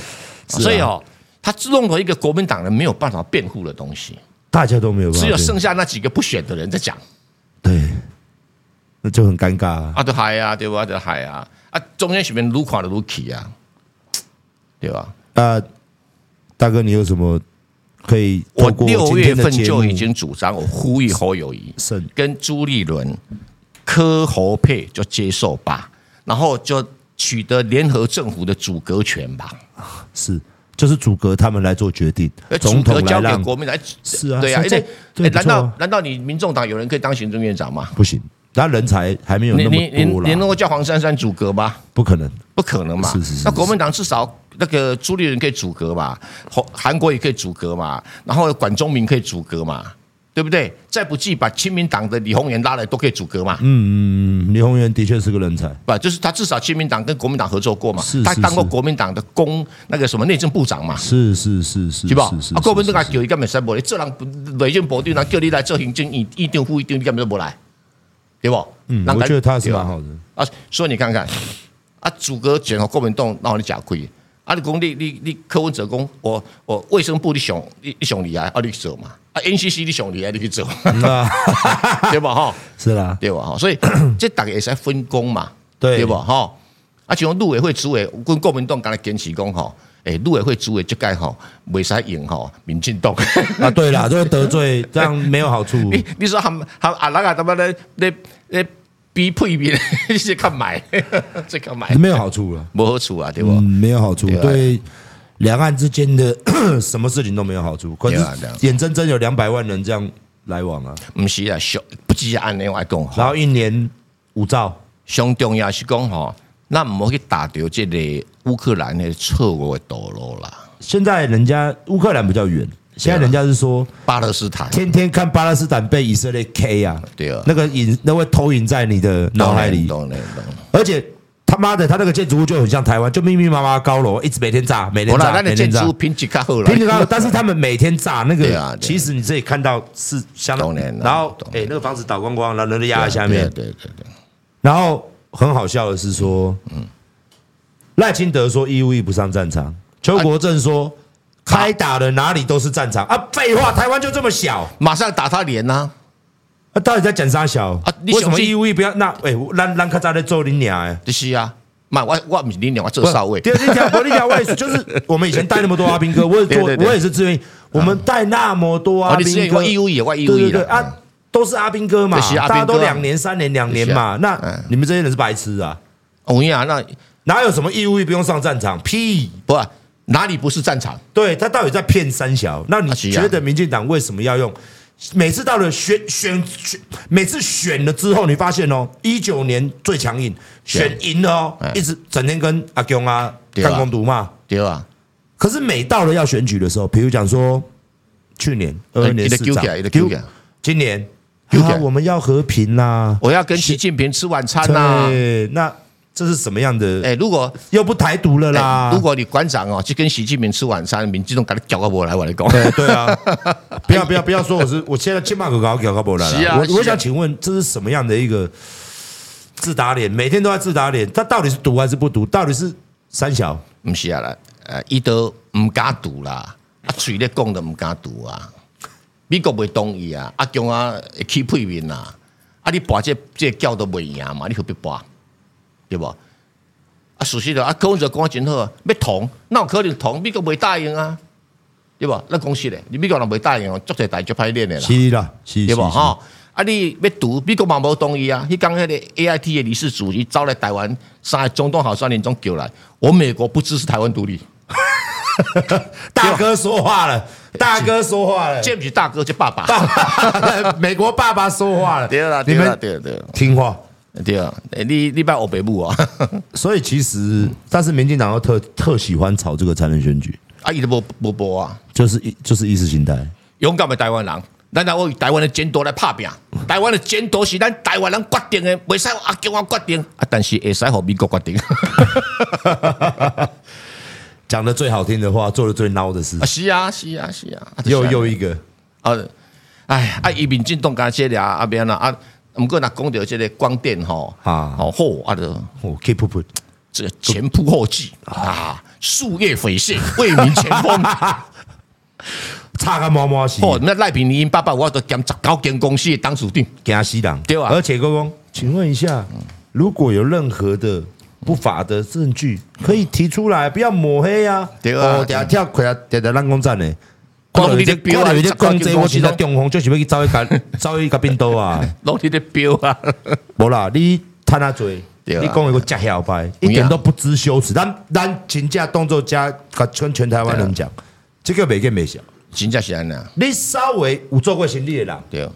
所以哦，他弄了一个国民党人没有办法辩护的东西， 大家都没有办法只变，有剩下那几个不选的人在讲对，那就很尴尬、啊。啊，都嗨啊，对吧？都嗨啊，啊，中间选民撸垮的撸起啊，对吧？那大哥，你有什么可以我透过六今月天份的节目就已经主张，我呼吁侯友谊是跟朱立伦、柯侯配就接受吧，然后就取得联合政府的阻隔权吧，是就是阻隔他们来做决定呃，阻总隔统交来给让国民来，哎是啊对呀、所以而这且对哎不难错啊道难道你民众党有人可以当行政院长吗？不行，他人才还没有你那你么你多你嗯能啦，够叫黄珊珊阻隔吗？不可能。不可能嘛。是是是那国民党至少那个朱立伦可以阻隔嘛，韩韩国也可以阻隔嘛，然后管中明可以阻隔嘛，对不对？再不济把亲民党的李鸿源拉来都可以阻隔嘛。嗯，嗯，李鸿源的确是个人才，不，就是他至少亲民党跟国民党合作过嘛，是他是当过是国民党的公那个什么内政部长嘛。是是是是，是吧？是啊，国民党是啊叫伊干咪使无来，这人违建部长啊叫你来做行政院院长、副院长，你干咪都无来，对不？嗯人家我觉得他是对吧蛮好的 啊。所以你看看，啊，阻隔整个国民党让你吃亏。啊，你讲你你你柯文哲讲，我我卫生部你上你你上厉害，啊你去做嘛，啊 NCC 你上厉害，你去做， 嗯啊对吧？吼。是啦，对吧？哈， 所以这大家也是分工嘛，对吧？哈，啊，像陆委会主委跟国民党刚才坚持讲吼，诶，陆委会主委这届吼袂使用吼民进党，啊对啦，这会得罪，这样没有好处。 你你说含含阿拉啊他妈的咧咧逼配面， 你是看买， 这看买，没有好处了，无好处啊，对不？嗯，没有好处，对啊对两岸之间的 什么事情都没有好处。可是对啊对啊眼睁睁有两百万人这样来往啊，唔是啊，上不只是安尼我讲然吼，后一年五兆，上重要是讲吼，咱唔好去打掉这个乌克兰的错误的道路啦，现在人家乌克兰比较远，现在人家是说巴勒斯坦。天天看巴勒斯坦被以色列 K 啊，对啊那个影那会投影在你的脑海里，懂嘞，懂嘞。而且他妈的，他那个建筑物就很像台湾，就密密麻麻的高楼，一直每天炸，每天我啦，炸，咱的每建天炸筑。品质较好啦，平常，但是他们每天炸那对啊个，对其实你自己看到是相当当然，啦然后当然哎，那个房子倒光光，然后人都压在下面。对对对对，然后很好笑的是说，嗯赖清德说义务役不上战场，邱国正啊说开打的哪里都是战场啊，废话，台湾就这么小，马上打他脸啊呐！那到底在讲啥小啊你为什相么信义务役不要？那哎，咱咱较早在做你娘哎。就是啊，嘛，我我唔是你娘，我做不是少尉第。二第二条，我跟你讲，我 也是，就是我们以前带那么多阿兵哥，我也做，对对对我也是志愿役，我们带那么多阿哦你志愿兵役哥，我义务役我义务对对役对了嗯啊，都是阿兵哥嘛这是，阿兵大哥啊家都两年、三年、两年嘛，这是啊那嗯你们这些人是白痴啊，我跟你讲，那哪有什么义务役不用上战场？屁！不哪里不是战场？对他到底在骗三小？那你啊是啊觉得民进党为什么要用？每次到了选选选，每次选了之后，你发现哦，一九年最强硬，选赢了哦哎，一直整天跟阿公啊对啊干公毒骂。对吧？可是每到了要选举的时候，比如讲说去年二二年他市就哎纠长结他就纠结，啊今年纠结啊我们要和平啊啦，我要跟习近平吃晚餐呐！对，那这是什么样的？啊哎，如果又不台独了哎啦，如果你馆长哦去跟习近平吃晚餐，民进党给他叫到我来，我来讲。对 对啊，不要不要不要说我是，我现在千万可搞搞搞不来是啊了。是我啊我想请问，这是什么样的一个自打脸？每天都在自打脸，他到底是毒还是不毒？到底是三小？唔是啊啦，呃，伊都唔敢赌啦，啊，嘴咧讲都唔敢赌啊，美国袂同意啊，啊，强啊会起配面啦，啊，你博这这叫都袂赢嘛，你何必博，对无？啊，事实就啊，柯文哲讲得真好啊，要同，那有可能同，美国袂答应啊，对无？咱讲实咧，你美国人袂答应哦，足侪代志歹练的啦，是啦，是对无？是是吼，啊，你要赌，美国嘛无同意啊，迄刚迄个 A I T 的理事主席招来台湾，三个总统候选人中叫来，我美国不支持台湾独立。大哥说话了，大哥说话了，哎这不是大哥，这爸爸。 美国爸爸说话了，对啦，对你啦，们对啦对啦听话。对啦，哎你你拜我北部啊， 所以其实，但是民进党又特特喜欢炒这个才能选举，啊，伊都无无播啊，就是意就是意识形态。勇敢的台湾人，咱若为台湾的前途来打 拼，台湾的前途是咱台湾人决定的，袂使阿强啊决定，啊，但是会使互美国决 定，啊讲的最好听的话，做的最孬的事啊，，是啊，是啊，是啊，啊又就是又一个啊，哎，啊，伊民进党干这俩啊边啦啊，毋过若讲到这个光电吼，啊啊，哦好啊就。哦，keep up，这个前仆后继啊，树叶匪懈，为民前 锋。差个毛毛死，哦，那赖品林爸爸，我都兼十九间公司的董事长。惊死人，对啊而且公公，请问一下，如果有任何的不法的证据可以提出来，不要抹黑啊！对啊哦等下跳开啊，等下咱讲真的。光你的这标啊我有这十块讲钱这，公我司是在都中红，就是要去走一个走一个冰刀啊！拢你的标啊， 无啦，你趁啊多，对啊你讲一个假小白，一点都不知羞耻。咱咱真正当做家，甲全全台湾人啊讲，这个袂见袂晓。真正是安那，你稍微有做过生意的人，对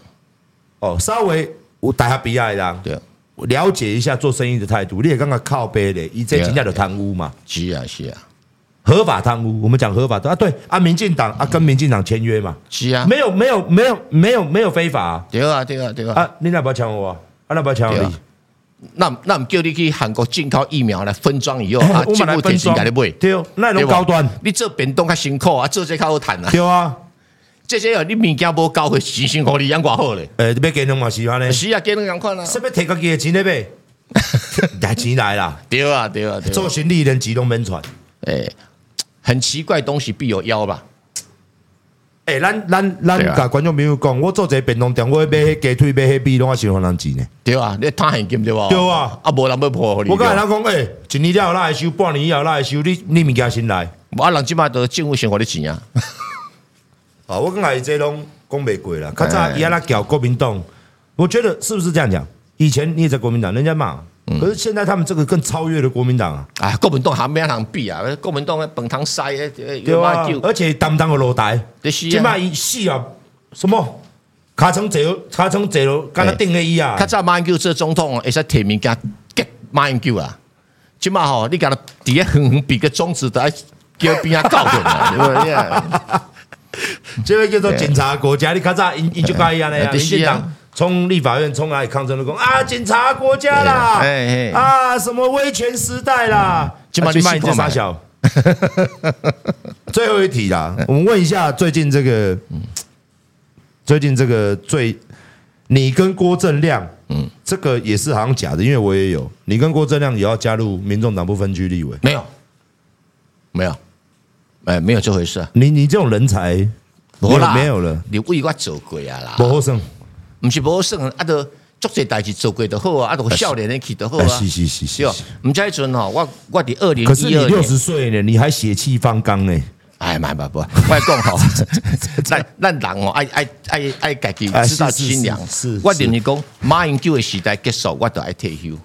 哦，稍微有大学毕业的人，对，了解一下做生意的态度，你也感觉靠背的，伊这真正就贪污嘛，是啊是啊合法贪污。我们讲合法的啊，对啊，民进党啊，跟民进党签约嘛，是啊没，有没有没有没有没有非法啊，对啊对啊对啊，啊你那不要抢我啊，啊那不要抢对我啊你。那那我们叫你去韩国进口疫苗来分装以后啊， 我进们来口分电信装给你买，对哦，那种对吧高端，你做便当较辛苦啊，做这较好赚啊，对啊，这些哦，你物件无交回，辛辛苦苦养偌好咧，诶，呃要给侬嘛是安尼，是啊，给人共款啊，哎是要摕家己的钱咧 呗？拿钱来啦，对啊对啊对做啊，生意连钱拢免传。哎，很奇怪，东西必有妖吧。诶，咱咱咱对啊甲观众朋友讲，我做一个便当店，我要买迄鸡腿，买迄米，拢啊先还人钱呢。对啊，你摊现金对无？对啊，啊无人要破互你。我甲人讲，诶，一年了哪会收，半年以后哪会收，你你物件先来。无啊人即摆都政府先互你钱啊，啊，我感觉伊这拢讲袂过啦。较哎早伊安那搞国民党，我觉得是不是这样讲？以前你也在国民党，人家骂，可是现在他们这个更超越了国民党啊，啊，国民党还咩人比啊？国民党诶，本堂塞诶，对啊有吧嘛？叫？而且担当个落台。就是即摆啊，伊死啊，什么？尻川坐，尻川坐落，敢若顶个伊啊较！早马英九做总统，会使摕物件激马英九啊。即摆吼，你甲他伫咧远远比个中指，都爱叫边啊搞滚啊，对不对？即个叫做警察国家，你较早因因就甲伊安尼啊，对民是啊进党冲立法院冲哪里抗争都讲啊，警察国家啦对哎哎，啊，什么威权时代啦，现在啊嗯你现在试看你这傻嘛小。 最后一题啦，我们问一下最近这个，嗯最近这个最，你跟郭正亮，嗯，这个也是好像假的，因为我也有，你跟郭正亮也要加入民众党不分区立委，没有，没有，哎，没有这回事啊。你你这种人才，没无有啦没有了，你为我做过啊啦不，好胜，毋是无好算啊，都足侪代志做过就好啊，啊，都少年人去就好哎啊。是是是对是哦。，毋知迄阵吼，我我伫二零可是你一二六年，十岁呢，你还血气方刚呢，哎，买买不，我讲吼， 咱咱人吼，哦爱爱爱爱家己知道斤两哎。是是是是我认为讲马英九的时代结束，我都爱退休。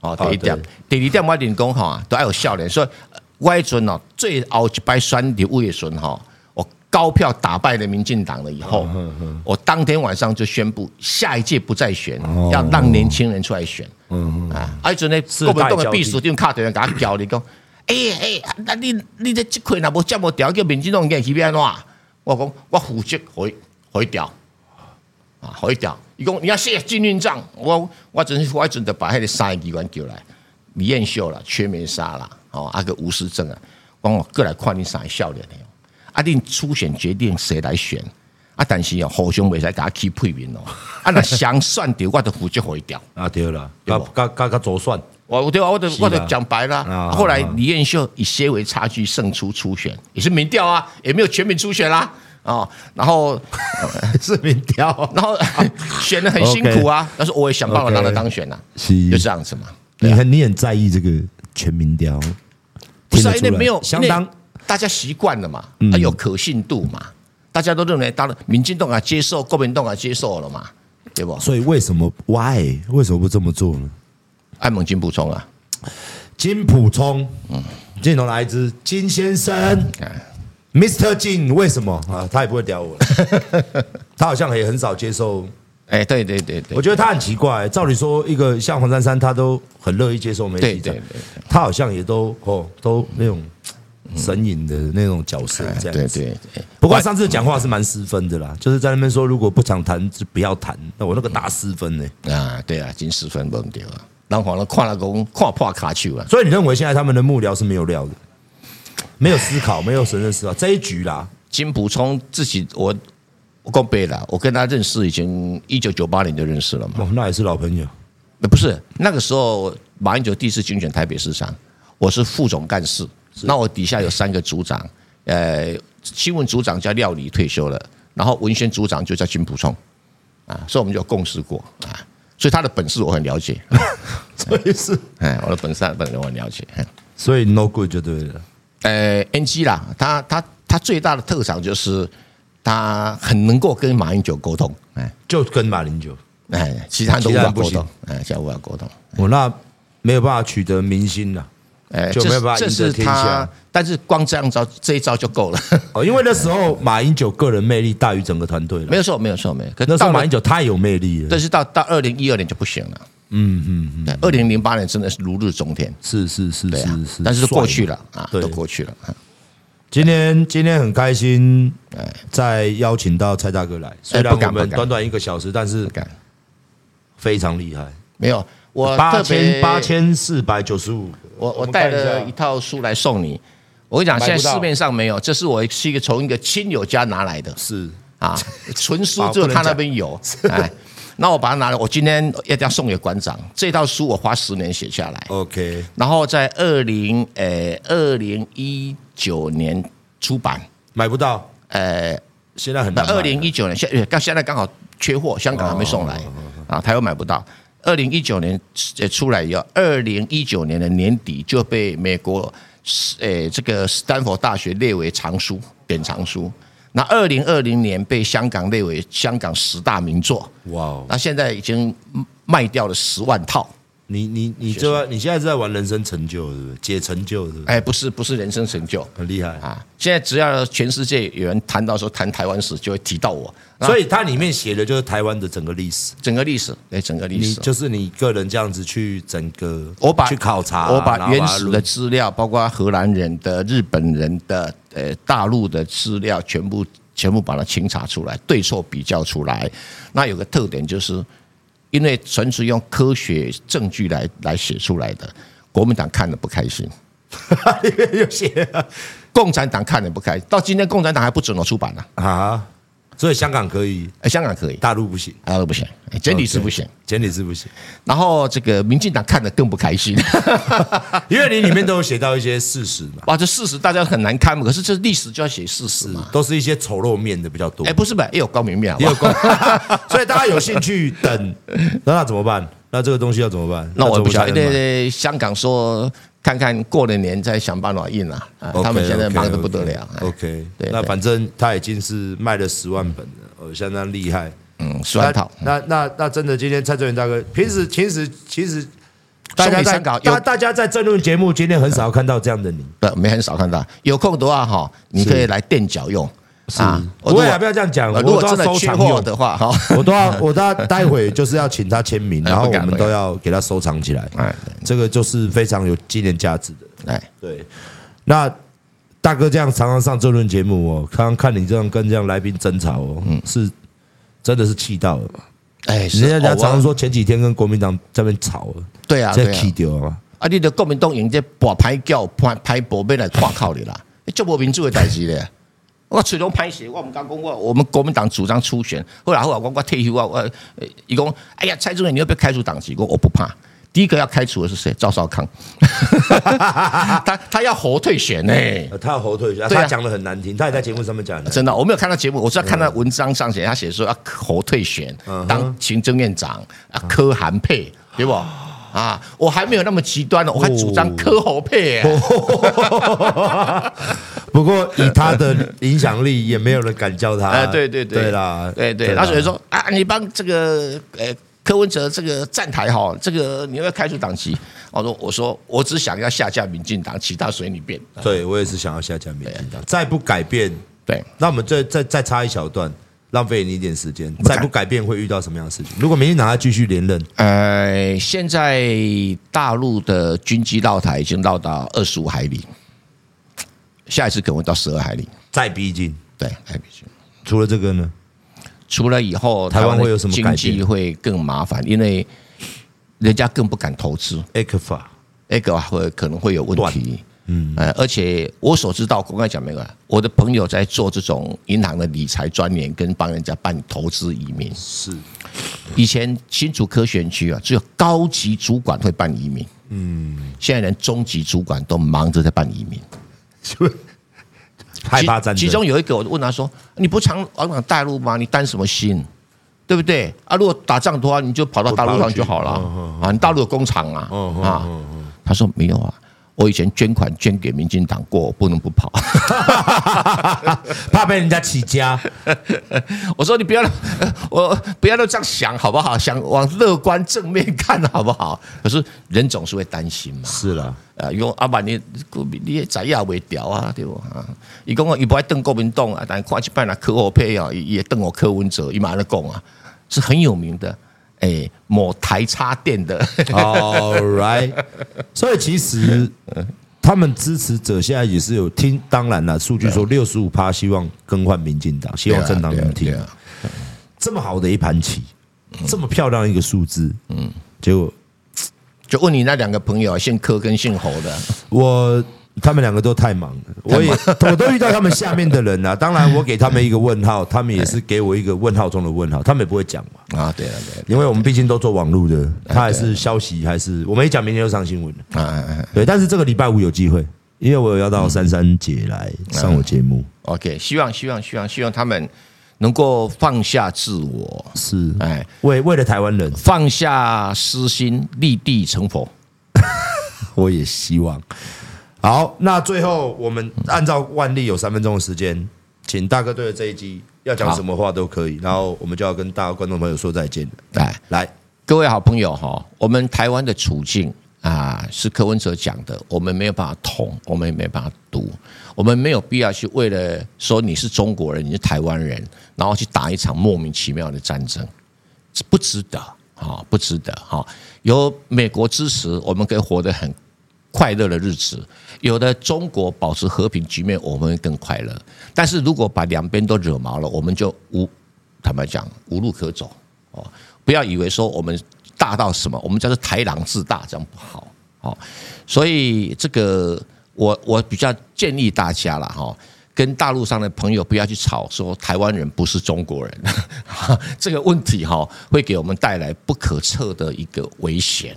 哦，第一点，第二点，我认为讲吼，都爱有少年，所以呃我迄阵哦，最后一摆选立委的时阵吼，我高票打败了民进党了以后，嗯我当天晚上就宣布下一届不再选，哦要让年轻人出来选。嗯啊，啊，迄阵咧，世代国民党交的替秘书长敲电话甲我叫你讲， 诶诶，啊那你你这即块若无这无调，叫民进党硬去要安怎？我讲我负责回回调。啊，可以调。伊讲你要卸禁运账，我我阵我阵就把迄个三个议员叫来，李彦秀啦、缺梅沙啦，哦，啊个吴思正啊，讲我过来看你三个少年的哦，啊，恁初选决定谁来选，啊，但是哦，互相袂使甲起配面哦，啊，若想算着，我就负责回调。啊对了，对加不加加加左算，我对啊，我的是啊我的讲白了啊、啊后来李彦秀以些微差距胜出初选，也是民调啊，也没有全民初选啦、哦，然后 是民 调， 然后选的很辛苦啊，但是我也想办法让他当选啊，是就这样子嘛。啊你很你很在意这个全民调，不是啊因听得出为来没有相因为当嗯大家习惯了嘛，它有可信度嘛，大家都认为当然民进党啊接受，国民党啊接受了嘛，对不？所以为什么 why 为什么不这么做呢？按猛进补充啊，金普聪，嗯金头来一支金先生，Mr. 哎金，为什么啊？他也不会屌 我了，他好像也很少接受。哎，对对对对我，觉得他很奇怪、照理说，一个像黄珊珊，他都很乐意接受媒体，对对对对他好像也都哦，都那种神隐的那种角色这样嗯对子。对对，不过上次讲话是蛮失分的啦，就是在那边说如果不想谈就不要谈，那我那个大失分呢、啊，对啊，金十分崩掉啊，让黄了看了讲看破卡丘啊，所以你认为现在他们的幕僚是没有料的，没有思考，没有神圣思考这一局啦，金补充自己我。我讲白了，我跟他认识已经一九九八年就认识了嘛。哦，那也是老朋友。呃不是那个时候，马英九第一次竞选台北市长，我是副总干事，那我底下有三个组长，呃，新闻组长叫廖理退休了，然后文宣组长就叫金溥聪，啊，所以我们就有共事过啊，所以他的本事我很了解，所以是，哎，我的本身本人我很了解。哎所以 no good 就对了。呃，NG 啦，他他他最大的特长就是他很能够跟马英九沟通，哎就跟马英九，哎，其他人都无其法他人不沟行通，哎，其他无法沟通，我那没有办法取得民心了。哎，就这没有是办法这赢得是天下他，但是光这样招这一招就够了， 哦，因为那时候马英九个人魅力大于整个团队了没。有错，没有错，没有。可那时到候了马英九太有魅力了但，是到到二零一二年就不行了。嗯嗯嗯，二零零八年真的是如日中天，是是是对啊是是，，但是都过去帅了啊，对都过去了。啊今天今天很开心哎，再邀请到蔡大哥来，虽然不敢我们不敢短短一个小时，但是敢非常厉害，没有我八特别千八，千四百九十五，我我们带看一下了一套书来送你。我跟你讲，买现不到在市面上没有，这是我是一个从一个亲友家拿来的是 啊，纯书好只有不能他那讲边 有。哎，那我把它拿来，我今天要要送给馆长。这套书我花十年写下来， OK，然后在二零呃二零一九年出版，买不到，呃现在很那难买。二零一九年现呃刚现在刚好缺货，香港还没送来啊，台湾买不到。二零一九年呃出来以后，二零一九年的年底就被美国呃这个斯坦福大学列为藏书典藏书。那二零二零年被香港列为香港十大名作，哇哦，那现在已经卖掉了十万套。你你你这要你现在是在玩人生成就，是不是？解成就，是不是？哎，不是不是人生成就很厉害，啊！现在只要全世界有人谈到说谈台湾史，就会提到我。所以以它里面写的就是台湾的整个历史。整个历史，对整个历你史，就是你个人这样子去整个，啊我把去考察，啊我然把后原它始录的资料，包括荷兰人的、日本人的、呃大陆的资料，全部全部把它清查出来，对错比较出来。那有个特点就是，因为纯粹用科学证据来来写出来的，国民党看了不开心，里面 有啊写共产党看了不开心，到今天共产党还不准我出版呢、啊，所以香港可以，呃香港可以，大陆不行，大陆不行，呃简体字不行。简体字不行，然后这个民进党看得更不开心。因为你里面都有写到一些事实嘛， 哇，这事实大家很难看嘛，可是这历史就要写事实嘛。都是一些丑陋面的比较多哎、，不是吧？也有高明啊面好不也好有关， 所以大家有兴趣等，那那怎么办？那这个东西要怎么办？那我也不晓想得，对对，香港说看看过了年再想办法印啦、啊。他们现在忙得不得了。哎 OK，对那对反正他已经是卖了十万本了，哦，相当厉害。嗯，十万套。那那那那真的，今天蔡正元大哥，平时其实其实大家嗯送给在参考大有大家在争论节目，今天很少看到这样的你。呃，没很少看到，有空的话哈，你可以来垫脚用啊。我不如会果啊，不要这样讲，呃我如都果要真的收缺藏货用。的话哈，我都要，我都要，待会就是要请他签名，然后哎不我敢们不敢都要给他收藏起来。哎这个就是非常有纪念价值的。哎，对，那大哥这样常常上这论节目哦，刚刚看你这样跟这样来宾争吵哦，是真的是气到了。哎，嗯是人家哦常常我说前几天跟国民党这边吵了，对啊，这对啊气，掉了吗。啊，你的国民党用这把牌叫拍拍薄被来挂靠你啦，这无民主的代志咧。我喙拢歹势，我毋敢讲我我们国民党主张初选，后来后来我我退休啊，我呃伊讲，哎呀，蔡中元你要被开除党籍，我我不怕。第一个要开除的是谁？赵少康， 他他要活退选呢、呃他要后退一下，对啊他讲的很难听，他也在节目上面 讲的。真的，我没有看到节目，我只要看到文章上写，他写说要啊侯退选当行政院长啊，柯韩配，对不？啊，我还没有那么极端呢，我还主张柯侯配、欸。不过以他的影响力，也没有人敢 叫他。哎，对对对，对啦，对对。啦那所以说啊，你帮这个呃柯文哲这个站台哈，这个你要不要开除党籍？我说我说我只想要下架民进党，其他随你便。对我也是想要下架民进党，再不改变，对，那我们再再再插一小段，浪费你一点时间，不再敢不改变会遇到什么样的事情？如果民进党他继续连任，呃，现在大陆的军机绕台已经绕到二十五海里，下一次可能会到十二海里。再逼近，对，太必须。除了这个呢？除了以后台湾的会有什么改经变济会更麻烦，因为人家更不敢投资。艾克法那个啊会可能会有问题。嗯，呃，而且我所知道，我刚才讲没有啊，我的朋友在做这种银行的理财专员，跟帮人家办投资移民。是以前新竹科学园区啊，只有高级主管会办移民。嗯，现在连中级主管都忙着在办移民。害怕战争，其其中有一个，我就问他说：“你不常往返大陆吗？你担什么心？”对不对？啊，如果打仗的话，你就跑到大陆上就好了啊，你大陆有工厂啊啊。他说没有啊，我以前捐款捐给民进党过，我不能不跑。 怕被人家起家，我说你不要，我不要都这样想好不好？想往乐观正面看好不好？可是人总 是会担心嘛。是了，啊，因为阿爸你你也知也袂调啊，对不啊？伊讲伊不爱邓国民党啊，但看一摆那柯文哲啊，伊也邓我柯文哲，伊嘛咧讲啊，是很有名的，哎、某台插电的， All right，所以其实他们支持者现在也是有听，当然了，数据说六十五趴希望更换民进党，希望政党轮替啊对啊对啊。这么好的一盘棋，这么漂亮一个数字，嗯，结果就问你那两个朋友，姓柯跟姓侯的，我他们两个都太忙了，我也我都遇到他们下面的人啊。 当然，我给他们一个问号，他们也是给我一个问号中的问号，他们也不会讲嘛，啊，对了对因为我们毕竟都做网络哎的，啊他还是消息还是我们一讲，明天就上新闻了。了，啊啊啊对，但是这个礼拜五有机会，因为我有要到珊珊姐来上我节目， ，OK，希望希望希望希望他们能够放下自我，是哎，为为了台湾人，放下私心，立地成佛。 我也希望。好，那最后我们按照惯例有三分钟的时间，请大哥对着这一集要讲什么话都可以，然后我们就要跟大家观众朋友说再见了。来来，各位好朋友哈，我们台湾的处境啊，是柯文哲讲的，我们没有办法统，我们也没有办法独，我们没有必要去为了说你是中国人，你是台湾人，然后去打一场莫名其妙的战争，这不值得啊，不值得哈。有美国支持，我们可以活得很快乐的日子。有的中国保持和平局面，我们会更快乐。但是如果把两边都惹毛了，我们就无坦白讲无路可走哦。不要以为说我们大到什么，我们叫做豺狼自大，这样不好哦。所以这个我我比较建议大家了哈。跟大陆上的朋友不要去吵，说台湾人不是中国人， 这个问题哈会给我们带来不可测的一个危险。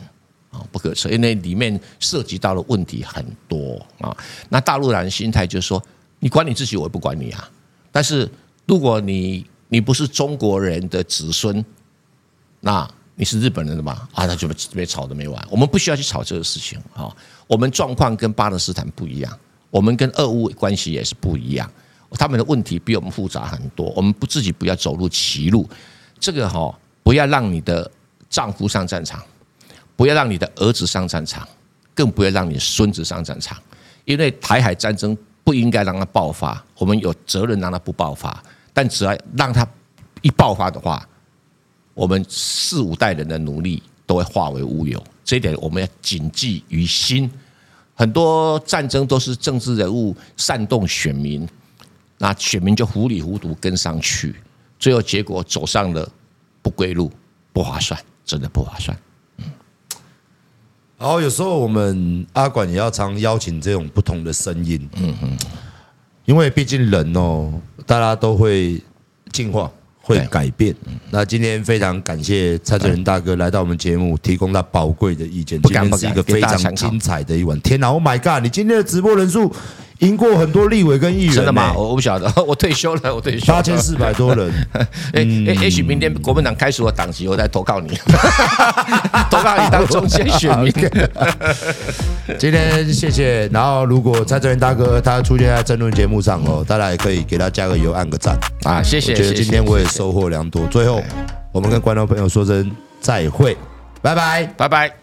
啊，不可测，因为里面涉及到的问题很多啊。那大陆人心态就是说，你管你自己，我也不管你啊。但是如果你你不是中国人的子孙，那你是日本人的嘛？啊，那就被被吵的没完。我们不需要去吵这个事情啊、我们状况跟巴勒斯坦不一样，我们跟俄乌关系也是不一样，他们的问题比我们复杂很多。我们不自己不要走入歧路，这个哈、不要让你的丈夫上战场。不要让你的儿子上战场，更不要让你孙子上战场，因为台海战争不应该让它爆发，我们有责任让它不爆发。但只要让它一爆发的话，我们四五代人的努力都会化为乌有，这一点我们要谨记于心。很多战争都是政治人物煽动选民，那选民就糊里糊涂跟上去，最后结果走上了不归路，不划算，真的不划算。然后有时候我们阿管也要常邀请这种不同的声音，嗯嗯，因为毕竟人哦，大家都会进化，会对嗯改变。那今天非常感谢蔡志仁大哥来到我们节目，提供他宝贵的意见。不敢今天是一个不敢非给大家参常考精彩的一晚。天哪，Oh my god！你今天的直播人数赢过很多立委跟议员呢，欸真的吗？我我不晓得， 我退休了，我退休了。八千四百多人， 哎哎，也许明天国民党开除我党籍，我再投靠你， 投靠你当中间选民。今天谢谢。然后如果蔡志仁大哥他出现在争论节目上哦，大家也可以给他加个油，按个赞。啊，谢我谢，觉得谢谢今天我也谢谢收获良多。最后，我们跟观众朋友说声再会，拜拜。拜拜。